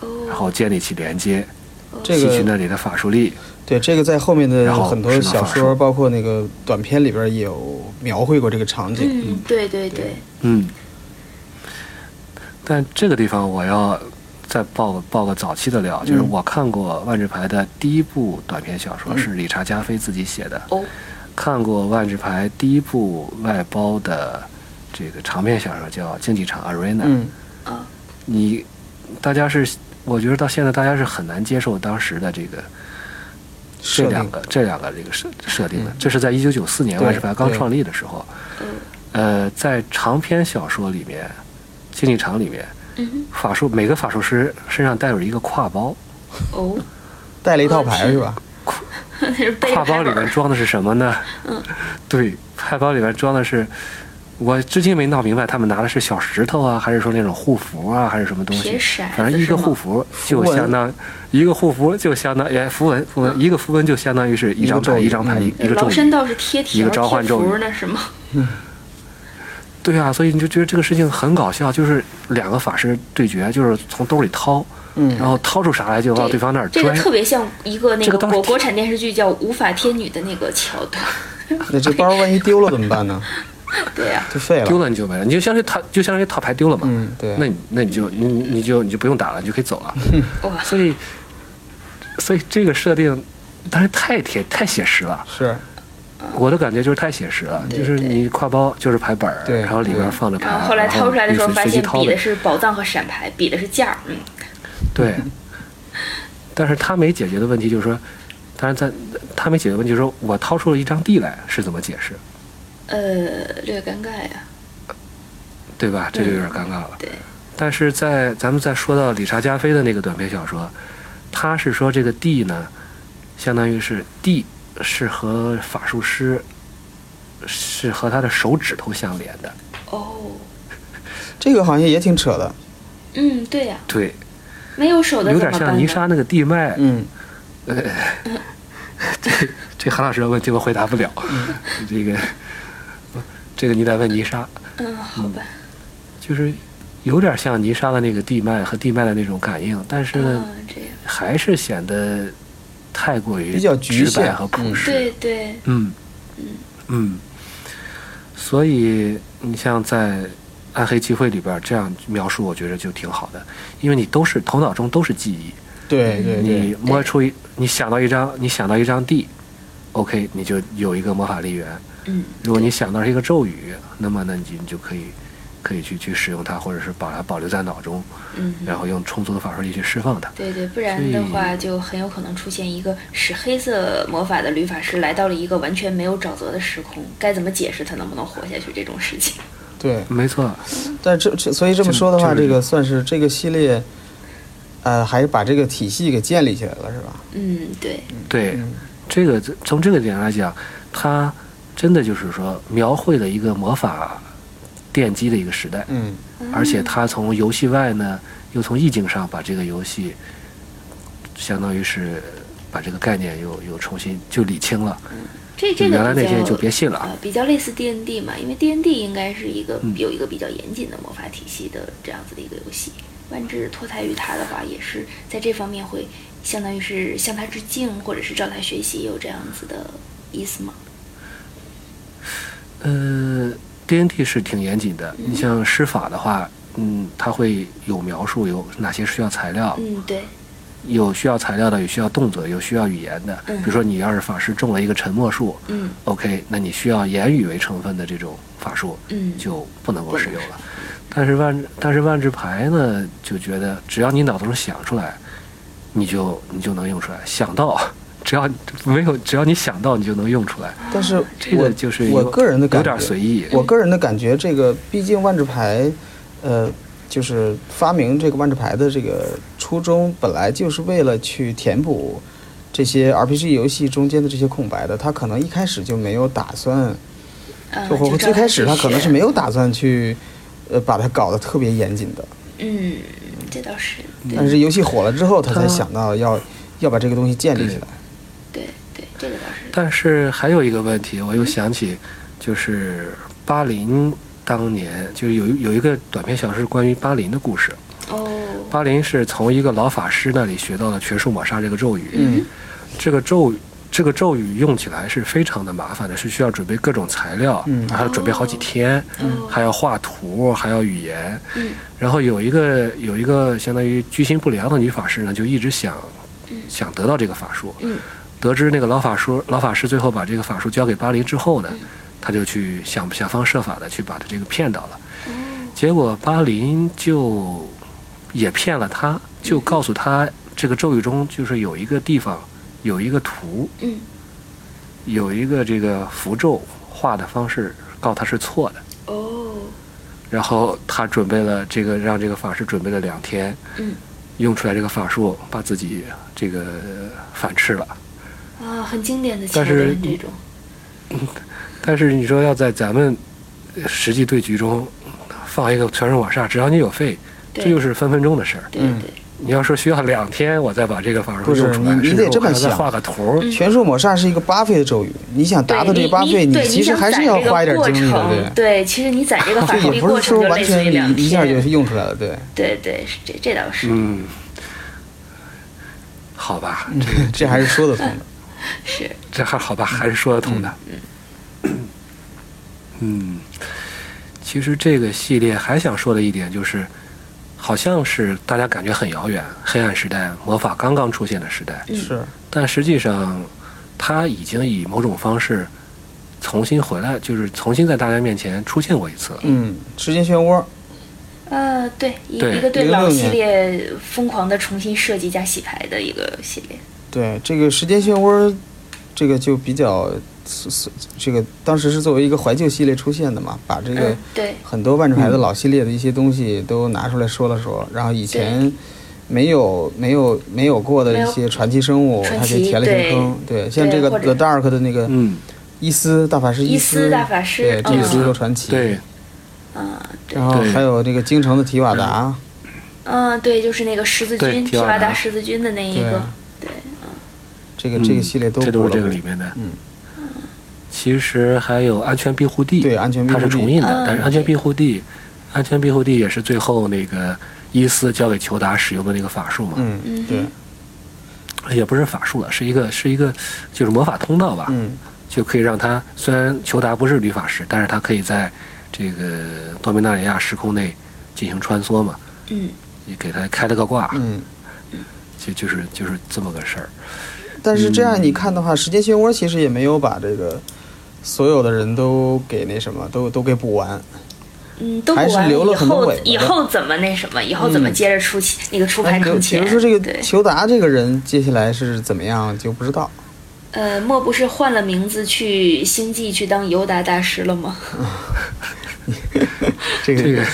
Speaker 1: 然
Speaker 2: 哦，
Speaker 1: 后建立起连接，
Speaker 3: 这
Speaker 1: 吸取
Speaker 3: 个
Speaker 1: 那里的法术力。
Speaker 3: 对这个在后面的
Speaker 1: 然后
Speaker 3: 很多
Speaker 1: 是拿
Speaker 3: 小
Speaker 1: 法术
Speaker 3: 说，包括那个短片里边也有描绘过这个场景。
Speaker 1: 嗯
Speaker 2: 嗯嗯，对对对，
Speaker 1: 嗯，但这个地方我要再爆个爆个早期的料，就是
Speaker 3: 嗯
Speaker 1: 我看过万智牌的第一部短篇小说
Speaker 3: 嗯
Speaker 1: 是理查加菲自己写的，
Speaker 2: 哦，
Speaker 1: 看过万智牌第一部外包的这个长篇小说叫《竞技场 Arena》，
Speaker 3: 嗯
Speaker 2: 啊，
Speaker 1: 你大家是，我觉得到现在大家是很难接受当时的这个
Speaker 3: 设
Speaker 1: 这
Speaker 3: 定嗯
Speaker 1: 两个这两个这个设设定的，这是在一九九四年
Speaker 3: 对
Speaker 1: 万智牌刚
Speaker 3: 对
Speaker 1: 创立的时候，
Speaker 2: 嗯
Speaker 1: 呃，在长篇小说里面，竞技场里面，
Speaker 2: 嗯，
Speaker 1: 法术每个法术师身上带有一个挎 包，
Speaker 2: 哦，
Speaker 3: 带了一套牌是吧？
Speaker 2: 那是背着
Speaker 1: 挎包
Speaker 2: 牌
Speaker 1: 里
Speaker 2: 本
Speaker 1: 面
Speaker 2: 儿
Speaker 1: 装的是什么呢？
Speaker 2: 嗯
Speaker 1: 对，挎包里面装的是，我至今没闹明白他们拿的是小石头啊，还是说那种护符啊，还是什么东西
Speaker 2: 铁骰子？
Speaker 1: 反正一
Speaker 2: 是
Speaker 1: 个
Speaker 2: 吗
Speaker 1: 护符就
Speaker 3: 符文
Speaker 1: 相当，一个护符就相当，哎，符文符
Speaker 2: 嗯
Speaker 1: 文，一个符文就相当于是一张
Speaker 3: 一个咒
Speaker 1: 牌
Speaker 3: 语嗯
Speaker 1: 一张牌一一个咒
Speaker 2: 崂
Speaker 1: 语
Speaker 2: 山。道士贴条
Speaker 1: 一个召唤
Speaker 2: 贴符
Speaker 1: 咒语
Speaker 2: 那是吗？
Speaker 1: 对啊，所以你就觉得这个事情很搞笑，就是两个法师对决，就是从兜里掏，然
Speaker 3: 嗯，
Speaker 1: 后掏出啥来就往对方那儿
Speaker 2: 这
Speaker 1: 拽。
Speaker 2: 个特别像一个那
Speaker 1: 这个
Speaker 2: 个
Speaker 1: 当
Speaker 2: 国
Speaker 1: 时
Speaker 2: 国产电视剧叫《无法天女》的那个桥段，
Speaker 3: 那这包万一丢了怎么办呢？
Speaker 2: 对呀、
Speaker 3: 就废
Speaker 1: 丢
Speaker 3: 了。
Speaker 1: 了你就没了，你就相当于套，就相当于套牌丢了嘛。
Speaker 3: 嗯，对。
Speaker 1: 那你那你就你你就你就不用打了，你就可以走了。
Speaker 2: 哇，
Speaker 1: 所以所以这个设定，但是太贴太写实了。
Speaker 3: 是
Speaker 1: 我的感觉就是太写实了，
Speaker 2: 对
Speaker 1: 就是你挎包就是牌本儿，
Speaker 3: 对
Speaker 1: 然后里边
Speaker 3: 对
Speaker 1: 放着牌，
Speaker 2: 然后后来掏出来的时候，
Speaker 1: 你随
Speaker 2: 发
Speaker 1: 随机
Speaker 2: 现
Speaker 1: 掏
Speaker 2: 比
Speaker 1: 呗
Speaker 2: 的是宝藏和闪牌，比的是价儿。嗯，
Speaker 1: 对。但是他没解决的问题就是说，当然在他没解决的问题就是说我掏出了一张地来是怎么解释，
Speaker 2: 呃，略尴尬呀、
Speaker 1: 对吧？这就有点尴尬了。
Speaker 2: 嗯对，
Speaker 1: 但是在咱们再说到理查加菲的那个短篇小说，他是说这个地呢，相当于是地是和法术师是和他的手指头相连的，
Speaker 2: 哦，
Speaker 3: 这个好像也挺扯的。
Speaker 2: 嗯，对呀、
Speaker 1: 对，
Speaker 2: 没有手的
Speaker 1: 有
Speaker 2: 怎
Speaker 1: 点
Speaker 2: 么
Speaker 1: 像
Speaker 2: 办
Speaker 1: 泥
Speaker 2: 呢？
Speaker 1: 沙那个地脉。
Speaker 3: 嗯，
Speaker 1: 这韩老师的问题我回答不了，这个这个你得问泥沙，
Speaker 2: 嗯，好吧，
Speaker 1: 就是有点像泥沙的那个地脉和地脉的那种感应，但是呢，
Speaker 2: 嗯，这样，
Speaker 1: 还是显得太过于
Speaker 3: 比较
Speaker 1: 直
Speaker 3: 局
Speaker 1: 白
Speaker 3: 限
Speaker 1: 和朴
Speaker 3: 嗯
Speaker 1: 实。
Speaker 2: 对对，
Speaker 1: 嗯，嗯，所以你像在《暗黑集会》里边儿这样描述，我觉得就挺好的，因为你都是头脑中都是记忆，
Speaker 3: 对对对
Speaker 1: 你摸出一，你想到一张，你想到一张地，OK，你就有一个魔法力源。
Speaker 2: 嗯，
Speaker 1: 如果你想到是一个咒语，那么呢，你就你就可以可以去去使用它，或者是把它保留在脑中，
Speaker 2: 嗯，
Speaker 1: 然后用充足的法术力去释放它。
Speaker 2: 对对，不然的话就很有可能出现一个使黑色魔法的女法师来到了一个完全没有沼泽的时空，该怎么解释她能不能活下去这种事情？
Speaker 3: 对。
Speaker 1: 没错，
Speaker 3: 但这这，所以这么说的话，
Speaker 1: 这
Speaker 3: 这
Speaker 1: 这个
Speaker 3: 个算是这个系列，呃，还把这个体系给建立起来了，是吧？
Speaker 2: 嗯，对，
Speaker 1: 对。
Speaker 3: 嗯，
Speaker 1: 这个从这个点来讲，它真的就是说描绘了一个魔法奠基的一个时代，
Speaker 3: 嗯，
Speaker 1: 而且它从游戏外呢，又从意境上把这个游戏，相当于是把这个概念又又重新就理清了，
Speaker 2: 这
Speaker 1: 就
Speaker 2: 这个
Speaker 1: 原来那
Speaker 2: 比
Speaker 1: 些
Speaker 2: 较
Speaker 1: 就别信了。啊
Speaker 2: 呃比较类似 D N D 嘛，因为 D N D 应该是一个
Speaker 1: 嗯
Speaker 2: 有一个比较严谨的魔法体系的这样子的一个游戏。万智脱胎于它的话，也是在这方面会相当于是向它致敬，或者是照它学习，有这样子的意思吗？
Speaker 1: 呃，D N T 是挺严谨的，
Speaker 2: 嗯
Speaker 1: 你像施法的话，嗯，它会有描述有哪些需要材料，
Speaker 2: 嗯，对，
Speaker 1: 有需要材料的，有需要动作，有需要语言的。
Speaker 2: 嗯
Speaker 1: 比如说你要是法师中了一个沉默术，
Speaker 2: 嗯
Speaker 1: OK，那你需要言语为成分的这种法术
Speaker 2: 嗯，
Speaker 1: 就不能够使用了。但是万但是万智牌呢，就觉得只要你脑子中想出来，你就你就能用出来。想到，只要没有只要你想到，你就能用出来。
Speaker 3: 但是
Speaker 1: 这个
Speaker 3: 我
Speaker 1: 就是
Speaker 3: 我
Speaker 1: 有
Speaker 3: 个人的
Speaker 1: 有
Speaker 3: 感
Speaker 1: 点
Speaker 3: 觉，
Speaker 1: 随意。
Speaker 3: 我个人的感觉，这个毕竟万智牌，呃，就是发明这个万智牌的这个初衷，本来就是为了去填补这些 RPG 游戏中间的这些空白的。他可能一开始就没有打算，
Speaker 2: 呃
Speaker 3: 就
Speaker 2: 就
Speaker 3: 或
Speaker 2: 照
Speaker 3: 最开始
Speaker 2: 学
Speaker 3: 他可能是
Speaker 2: 学
Speaker 3: 没有打算去，呃，把它搞得特别严谨的。
Speaker 2: 嗯，这倒是，对
Speaker 3: 但是游戏火了之后，他
Speaker 1: 他
Speaker 3: 才想到要要把这个东西建立起来。
Speaker 2: 对对，这个倒是，
Speaker 1: 但是还有一个问题，我又想起，就是巴林当年就是有一有一个短篇小说是关于巴林的故事。
Speaker 2: 哦，
Speaker 1: 巴林是从一个老法师那里学到了“全数抹杀”这个咒语。
Speaker 3: 嗯，
Speaker 1: 这个咒语这个咒语用起来是非常的麻烦的，是需要准备各种材料，
Speaker 3: 嗯
Speaker 1: 还要准备好几天，
Speaker 2: 哦
Speaker 1: 还要画图，还要语言。
Speaker 2: 嗯
Speaker 1: 然后有一个有一个相当于居心不良的女法师呢，就一直想
Speaker 3: 嗯
Speaker 1: 想得到这个法术。
Speaker 2: 嗯
Speaker 1: 得知那个老法术老法师最后把这个法术交给巴黎之后呢
Speaker 2: 嗯，
Speaker 1: 他就去想想方设法的去把他这个骗到了。结果巴林就也骗了他，就告诉他这个咒语中就是有一个地方有一个图，
Speaker 2: 嗯
Speaker 1: 有一个这个符咒画的方式，告他是错的。
Speaker 2: 哦
Speaker 1: 然后他准备了这个，让这个法师准备了两天，
Speaker 2: 嗯
Speaker 1: 用出来这个法术，把自己这个呃反噬了。
Speaker 2: 啊，很经典的桥
Speaker 1: 但是
Speaker 2: 段这种。
Speaker 1: 但是你说要在咱们呃实际对局中放一个全身瓦煞，只要你有肺，
Speaker 2: 对
Speaker 1: 这就是分分钟的事儿。
Speaker 2: 对
Speaker 3: 嗯
Speaker 2: 对，
Speaker 1: 你要说需要两天，我再把这个法术
Speaker 3: 不是
Speaker 1: 用出来，
Speaker 3: 你你
Speaker 1: 甚
Speaker 3: 得
Speaker 1: 至
Speaker 3: 这
Speaker 1: 我还
Speaker 3: 么
Speaker 1: 要再
Speaker 3: 想
Speaker 1: 画个图儿。
Speaker 2: 嗯
Speaker 3: 全数抹煞是一个巴菲的咒语，你想达到这个巴菲，
Speaker 2: 你
Speaker 3: 你
Speaker 2: 对
Speaker 3: 其实
Speaker 2: 想
Speaker 3: 还是
Speaker 2: 攒
Speaker 3: 要
Speaker 2: 这个
Speaker 3: 花一点精
Speaker 2: 过
Speaker 3: 力
Speaker 2: 程
Speaker 3: 的，对。
Speaker 2: 对，其实你攒这个法
Speaker 3: 这
Speaker 2: 术
Speaker 3: 也
Speaker 2: 力
Speaker 3: 不
Speaker 2: 过
Speaker 3: 是
Speaker 2: 程
Speaker 3: 说
Speaker 2: 就
Speaker 3: 完
Speaker 2: 类似于
Speaker 3: 全
Speaker 2: 两
Speaker 3: 你一下就
Speaker 2: 天。
Speaker 3: 是用出来 了，对，
Speaker 2: 对对，是这这倒是
Speaker 1: 嗯，好吧，这
Speaker 3: 这还是说得通的。
Speaker 2: 是，
Speaker 1: 这还好吧，还是说得通的。嗯，其实这个系列还想说的一点就是，好像是大家感觉很遥远，黑暗时代、魔法刚刚出现的时代，
Speaker 2: 嗯
Speaker 3: 是，
Speaker 1: 但实际上，它已经以某种方式重新回来，就是重新在大家面前出现过一次了。
Speaker 3: 嗯，时间漩涡，
Speaker 2: 呃，对，一
Speaker 1: 对
Speaker 2: 一个对
Speaker 3: 06
Speaker 2: 老
Speaker 3: 年
Speaker 2: 系列疯狂的重新设计加洗牌的一个系列。
Speaker 3: 对这个时间漩涡，这个就比较，这个当时是作为一个怀旧系列出现的嘛，把这个
Speaker 2: 嗯，对，
Speaker 3: 很多万智牌的老系列的一些东西都拿出来说了说，然后以前没有没有没有过的一
Speaker 2: 没
Speaker 3: 些传奇生物，
Speaker 2: 传
Speaker 3: 它
Speaker 2: 奇
Speaker 3: 就填了一些坑。对，像这个
Speaker 2: 或
Speaker 3: The
Speaker 2: 者
Speaker 3: Dark 的那个
Speaker 1: 嗯，
Speaker 3: 伊斯大法师
Speaker 2: 伊
Speaker 3: 斯
Speaker 2: 斯大法师
Speaker 3: 对，这
Speaker 2: 嗯
Speaker 3: 个足够传奇。
Speaker 1: 对，
Speaker 2: 嗯，对
Speaker 3: 然，后
Speaker 1: 对
Speaker 3: 还有这个京城的提瓦达，
Speaker 2: 嗯，对，就是那个十字
Speaker 1: 对啊
Speaker 2: 军，
Speaker 1: 提
Speaker 2: 提
Speaker 1: 瓦
Speaker 2: 瓦达
Speaker 1: 达
Speaker 2: 十字军的那一
Speaker 3: 对
Speaker 2: 个，对，
Speaker 3: 这个这个系列都
Speaker 1: 嗯这
Speaker 3: 补
Speaker 1: 都
Speaker 3: 了
Speaker 1: 是这个
Speaker 3: 补
Speaker 1: 里面的。
Speaker 3: 嗯，
Speaker 1: 其实还有安全庇护地，
Speaker 3: 对安全庇护
Speaker 1: 它
Speaker 3: 地
Speaker 1: 是重印的，
Speaker 2: 嗯
Speaker 1: 但是安全庇护地，安全庇护地也是最后那个伊斯交给裘达使用的那个法术嘛，
Speaker 3: 嗯
Speaker 2: 嗯
Speaker 3: 对
Speaker 2: 哼
Speaker 1: 也不是法术了，是一个是一个就是魔法通道吧，
Speaker 3: 嗯
Speaker 1: 就可以让他虽然裘达不是女法师，但是他可以在这个多米纳里亚时空内进行穿梭嘛，
Speaker 2: 嗯，
Speaker 1: 也给他开了个挂，
Speaker 3: 嗯。
Speaker 1: 就就是就是这么个事儿。
Speaker 3: 但是这样你看的话，时间漩涡其实也没有把这个所有的人都给那什么，都都给补完。
Speaker 2: 嗯，都
Speaker 3: 还
Speaker 2: 补
Speaker 3: 是
Speaker 2: 完
Speaker 3: 留了
Speaker 2: 以
Speaker 3: 很多
Speaker 2: 后
Speaker 3: 尾巴，的
Speaker 2: 以后怎么那什么？以后怎么
Speaker 3: 嗯
Speaker 2: 接着出起那个出牌
Speaker 3: 但是
Speaker 2: 坑
Speaker 3: 比
Speaker 2: 钱？
Speaker 3: 如说这个
Speaker 2: 对，
Speaker 3: 裘达这个人接下来是怎么样就不 知道。
Speaker 2: 呃，莫不是换了名字去星际去当尤达大师了吗？
Speaker 3: 这个
Speaker 1: 这个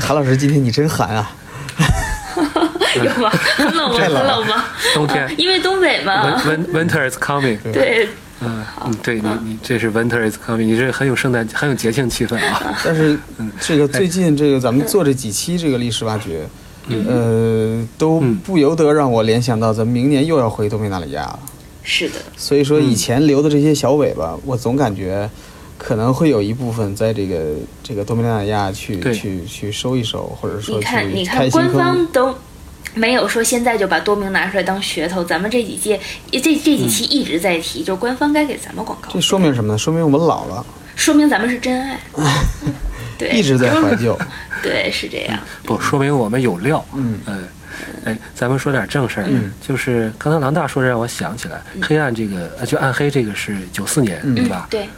Speaker 3: 韩老师今天你真寒啊！
Speaker 2: 有 吗？很冷吗？
Speaker 3: 太
Speaker 2: 很
Speaker 3: 冷了
Speaker 2: 冷吗？
Speaker 1: 冬天
Speaker 2: 因为东北嘛，
Speaker 1: ，win win winter is coming，
Speaker 2: 对，
Speaker 1: 嗯嗯，对你你这是 winter is coming，你这很有圣诞很有节庆气氛 啊。
Speaker 3: 但是这个最近这个咱们做这几期这个历史挖掘，
Speaker 2: 嗯
Speaker 3: 呃，都不由得让我联想到咱们明年又要回东北纳里亚了。
Speaker 2: 是的，
Speaker 3: 所以说以前留的这些小尾
Speaker 2: 嗯
Speaker 3: 巴，我总感觉可能会有一部分在这个这个多米纳里亚去
Speaker 1: 对
Speaker 3: 去去收一收，或者
Speaker 2: 你
Speaker 3: 说
Speaker 2: 看，
Speaker 3: 去
Speaker 2: 你
Speaker 3: 开
Speaker 2: 看，
Speaker 3: 新
Speaker 2: 官
Speaker 3: 坑
Speaker 2: 方。都没有说现在就把多明拿出来当噱头。咱们这几届，这这几期一直在
Speaker 3: 嗯
Speaker 2: 提，就官方该给咱们广告
Speaker 3: 这，说明什么呢？说明我们老了，
Speaker 2: 说明咱们是真 爱。对，
Speaker 3: 一直在嗯怀旧。
Speaker 2: 对，是这样。
Speaker 1: 不，说明我们有料。
Speaker 3: 嗯
Speaker 1: 嗯，哎，咱们说点正事儿。
Speaker 3: 嗯，
Speaker 1: 就是刚才郎大说的，让我想起来，黑暗这个呃就暗黑这个是九四年
Speaker 3: 嗯
Speaker 1: 对
Speaker 2: 嗯
Speaker 1: 吧，？
Speaker 2: 对，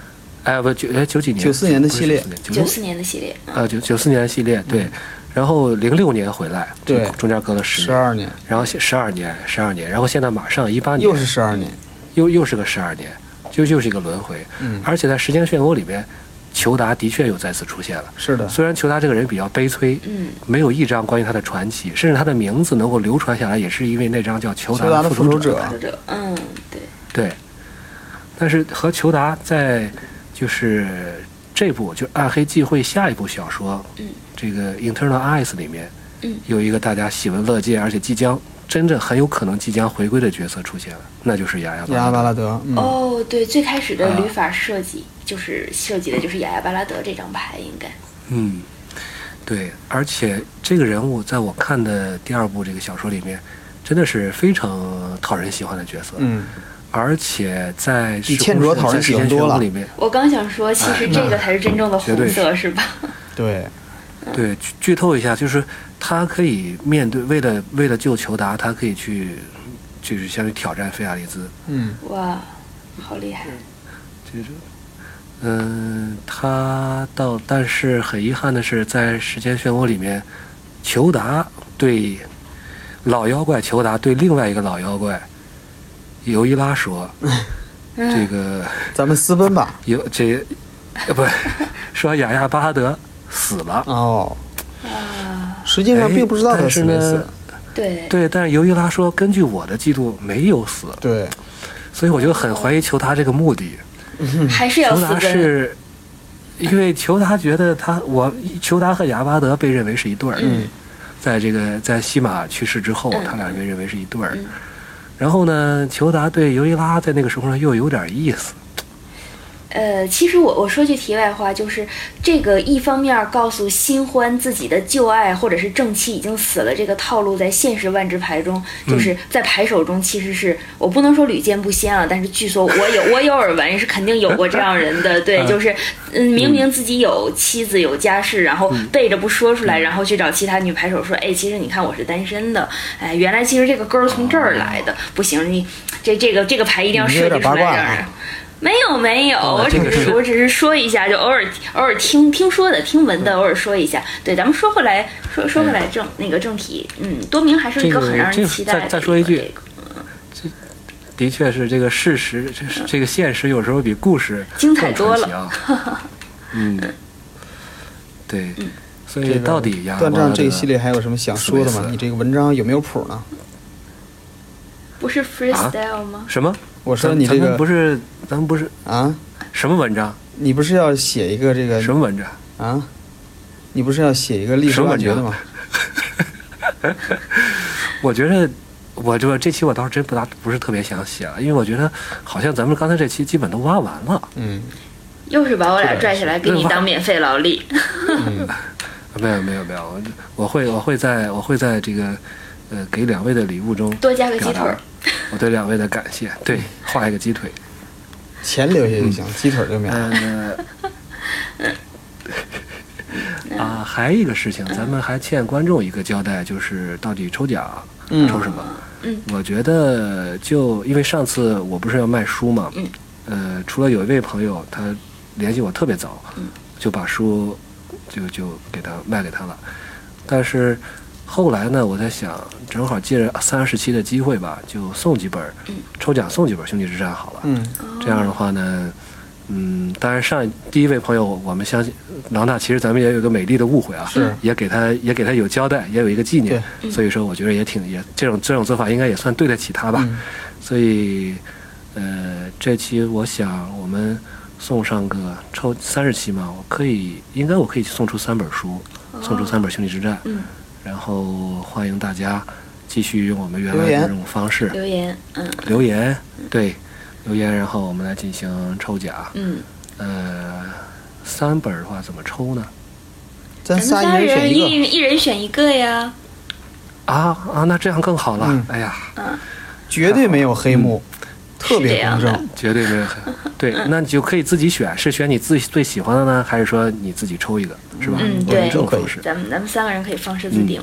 Speaker 1: 哎不九哎九几年
Speaker 3: 94年的系列
Speaker 2: 九
Speaker 1: 九
Speaker 2: 四年的系列，嗯
Speaker 1: 啊九九四年的系列对，然后零六年回来，
Speaker 3: 嗯对
Speaker 1: 就中间隔了十
Speaker 3: 十，二年，
Speaker 1: 然后十二年十二年，然后现在马上一八年
Speaker 3: 又是十二年。
Speaker 1: 又又是个十二年，就又是一个轮回。
Speaker 3: 嗯
Speaker 1: 而且在时间漩涡里边，裘达的确又再次出现了。
Speaker 3: 是的，
Speaker 1: 虽然裘达这个人比较悲催，
Speaker 2: 嗯，
Speaker 1: 没有一张关于他的传奇，甚至他的名字能够流传下来，也是因为那张叫《裘
Speaker 3: 裘达
Speaker 1: 达
Speaker 3: 的
Speaker 1: 复
Speaker 3: 复仇
Speaker 1: 者
Speaker 3: 者》
Speaker 2: 或者嗯，对，
Speaker 1: 对，但是和裘达在就是这部就《暗黑忌讳》下一部小说，
Speaker 2: 嗯
Speaker 1: 这个《Internal Eyes》里面，
Speaker 2: 嗯
Speaker 1: 有一个大家喜闻乐见，而且即将真正很有可能即将回归的角色出现了，那就是雅雅巴
Speaker 3: 亚
Speaker 1: 拉
Speaker 3: 巴
Speaker 1: 德。
Speaker 3: 拉德，嗯，
Speaker 2: 哦，对，最开始的
Speaker 1: 啊
Speaker 2: 旅法设计就是设计的就是雅雅巴拉德这张牌，应该，
Speaker 1: 嗯，对，而且这个人物在我看的第二部这个小说里面，真的是非常讨人喜欢的角色。
Speaker 3: 嗯，
Speaker 1: 而且在
Speaker 3: 比欠卓讨人喜欢多了
Speaker 1: 里面，
Speaker 2: 我刚想说，其实这个才是真正的
Speaker 1: 哎绝
Speaker 2: 红
Speaker 1: 对
Speaker 2: 色，是吧？
Speaker 3: 对，
Speaker 1: 对，剧剧透一下，就是他可以面对，为了为了救裘达，他可以去，就是相当于挑战菲亚利兹，
Speaker 3: 嗯
Speaker 2: 哇，好厉害！
Speaker 1: 就是，嗯，他到，但是很遗憾的是，在时间漩涡里面，裘达对老妖怪裘达对另外一个老妖怪尤伊拉 说，这
Speaker 2: 嗯，
Speaker 1: 个
Speaker 3: 咱们私奔吧。
Speaker 1: 尤这，呃不，说雅亚巴哈德死了，
Speaker 3: 哦，
Speaker 2: 嗯啊，
Speaker 3: 实际
Speaker 1: 哎
Speaker 3: 上并不知道他
Speaker 1: 但
Speaker 3: 死
Speaker 1: 是
Speaker 3: 没
Speaker 1: 呢
Speaker 3: 死。
Speaker 2: 对，
Speaker 1: 对，但是尤伊拉说，根据我的记录没有死，
Speaker 3: 对，
Speaker 1: 哎所以我就很怀疑裘达这个目的。
Speaker 2: 还是要
Speaker 1: 裘
Speaker 2: 私
Speaker 1: 达
Speaker 2: 奔。
Speaker 1: 是，因为裘达觉得他我裘达和雅巴德被认为是一对儿，
Speaker 2: 嗯
Speaker 1: 在这个在西马去世之后，
Speaker 2: 嗯
Speaker 1: 他俩被认为是一对儿。
Speaker 2: 嗯
Speaker 1: 然后呢，裘达对尤伊拉在那个时候呢又有点意思，
Speaker 2: 呃，其实我我说句题外话，就是这个一方面儿告诉新欢自己的旧爱或者是正妻已经死了这个套路，在现实万智牌中，
Speaker 3: 嗯
Speaker 2: 就是在牌手中其实是、我不能说屡见不鲜啊，但是据说我有我有耳闻是肯定有过这样人的，对，就是嗯，明明自己有妻子有家室，然
Speaker 3: 嗯
Speaker 2: 后背着不说出来，然后去找其他女牌手说，哎，其实你看我是单身的，哎，原来其实这个根儿从这儿来的，不行，你这这个这个牌一定要
Speaker 3: 你有
Speaker 2: 设计
Speaker 3: 点
Speaker 2: 出
Speaker 3: 八
Speaker 2: 来
Speaker 3: 卦
Speaker 2: 这
Speaker 3: 啊
Speaker 2: 样。没有没有，
Speaker 1: 哦
Speaker 2: 我只
Speaker 1: 这个
Speaker 2: 是
Speaker 1: 是
Speaker 2: 我只是说一下，就偶尔偶尔听听说的、听闻
Speaker 1: 嗯
Speaker 2: 的，偶尔说一下。对，咱们说回来，说说回来正那个正题，嗯，多明还是一
Speaker 1: 哎这
Speaker 2: 个
Speaker 1: 个
Speaker 2: 很让
Speaker 1: 这
Speaker 2: 人
Speaker 1: 个
Speaker 2: 期
Speaker 1: 再
Speaker 2: 待的。
Speaker 1: 再说一句
Speaker 2: 这个，
Speaker 1: 的确是这个事实，这是这个现实有时候比故事
Speaker 2: 精彩
Speaker 1: 更
Speaker 2: 多
Speaker 1: 传
Speaker 2: 了
Speaker 1: 奇啊。 嗯，对，
Speaker 2: 嗯
Speaker 1: 所以
Speaker 3: 这个
Speaker 1: 到底雅巴
Speaker 3: 断章这
Speaker 1: 德
Speaker 3: 一系列还有什么想说的
Speaker 1: 死没
Speaker 3: 吗？
Speaker 1: 死
Speaker 3: 你这个文章有没有谱呢？
Speaker 2: 不
Speaker 1: 啊
Speaker 2: 是 freestyle 吗？
Speaker 1: 什么？
Speaker 3: 我说
Speaker 1: 咱
Speaker 3: 你这
Speaker 1: 咱
Speaker 3: 个
Speaker 1: 们不是咱们不是
Speaker 3: 啊，
Speaker 1: 什么文章？
Speaker 3: 你不是要写一个这个
Speaker 1: 什么文章？
Speaker 3: 啊？你不是要写一个历史
Speaker 1: 什么
Speaker 3: 挖
Speaker 1: 文
Speaker 3: 掘的
Speaker 1: 章
Speaker 3: 吗？
Speaker 1: 我觉得，我这这期我倒是真不大不是特别想写了，因为我觉得好像咱们刚才这期基本都挖完了，
Speaker 3: 嗯，
Speaker 2: 又是把我俩拽起来给你当免费 劳力。
Speaker 1: 没有没有没有，我我会我会在我会在这个呃给两位的礼物中
Speaker 2: 多加个鸡
Speaker 1: 表
Speaker 2: 腿
Speaker 1: 达
Speaker 2: 儿
Speaker 1: 我对两位的感谢，对，画一个鸡腿，
Speaker 3: 钱留下就行，鸡腿儿就免了。
Speaker 1: 嗯、啊，还有一个事情，咱们还欠观众一个交代，就是到底抽奖
Speaker 3: 嗯
Speaker 1: 抽什么？
Speaker 2: 嗯
Speaker 1: 我觉得就因为上次我不是要卖书嘛，
Speaker 2: 嗯
Speaker 1: 呃，除了有一位朋友他联系我特别早，
Speaker 2: 嗯
Speaker 1: 就把书就就给他卖给他了，但是后来呢，我在想，正好借着三十期的机会吧，就送几本儿，
Speaker 2: 嗯
Speaker 1: 抽奖送几本儿《兄弟之战》好了，
Speaker 3: 嗯，
Speaker 1: 这样的话呢，嗯，当然上一第一位朋友，我们相信郎大，其实咱们也有一个美丽的误会啊，
Speaker 3: 是
Speaker 1: 也给他也给他有交代，也有一个纪念，所以说我觉得也挺也这种这种做法应该也算对得起他吧，
Speaker 3: 嗯
Speaker 1: 所以呃，这期我想我们送上个抽三十期嘛，我可以应该我可以送出三本书，送出三本《兄弟之战》
Speaker 2: 嗯
Speaker 1: 然后欢迎大家继续用我们原
Speaker 3: 留
Speaker 1: 来
Speaker 3: 言
Speaker 1: 的这种方式
Speaker 2: 留言，嗯
Speaker 1: 留言，对，留言，然后我们来进行抽奖。
Speaker 2: 嗯，
Speaker 1: 呃，三本儿的话怎么抽呢？
Speaker 3: 咱
Speaker 2: 咱们
Speaker 3: 仨
Speaker 2: 仨
Speaker 3: 一人选
Speaker 2: 人
Speaker 3: 一个，
Speaker 2: 一一人选一个呀。
Speaker 1: 啊啊，那这样更好了。
Speaker 3: 嗯
Speaker 1: 哎呀，
Speaker 3: 绝对没有黑幕，
Speaker 2: 嗯
Speaker 3: 特
Speaker 2: 是这
Speaker 3: 别
Speaker 2: 样
Speaker 3: 公
Speaker 2: 的
Speaker 3: 正。
Speaker 1: 绝对没有很对。那你就可以自己选，是选你自己最喜欢的呢，还是说你自己抽一个，是吧？
Speaker 2: 嗯
Speaker 1: 我
Speaker 2: 对
Speaker 1: 们这种
Speaker 3: 可以
Speaker 1: 方式。
Speaker 2: 咱们咱们三个人可以放矢自定，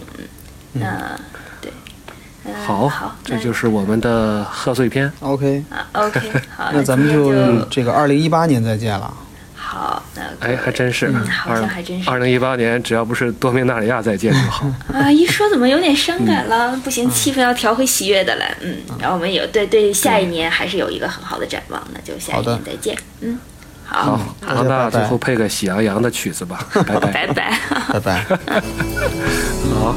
Speaker 2: 嗯，那对，嗯
Speaker 1: 好，
Speaker 2: 好，
Speaker 1: 这
Speaker 2: 那
Speaker 1: 就是我们的贺岁片。
Speaker 3: OK，
Speaker 2: 啊 OK，好，
Speaker 3: 那咱们
Speaker 2: 今天
Speaker 3: 就这个二零一八年再见了。
Speaker 2: 好，那各
Speaker 1: 哎，
Speaker 2: 位
Speaker 1: 还真是，
Speaker 2: 嗯好
Speaker 1: 二
Speaker 2: 像还真是
Speaker 1: 二零一八年，只要不是多明纳里亚再见就
Speaker 3: 嗯
Speaker 1: 好。
Speaker 2: 啊！一说怎么有点伤感了？不行，气氛要调回喜悦的来。嗯，然后我们有对对下一年还是有一个很好的展望，那就下一
Speaker 3: 好的
Speaker 2: 年再见。嗯，好，
Speaker 1: 好，
Speaker 3: 嗯
Speaker 1: 王大
Speaker 3: 拜拜
Speaker 1: 哎最后配个喜羊羊的曲子吧，拜拜。
Speaker 2: 拜拜。
Speaker 3: 拜拜。
Speaker 1: 好，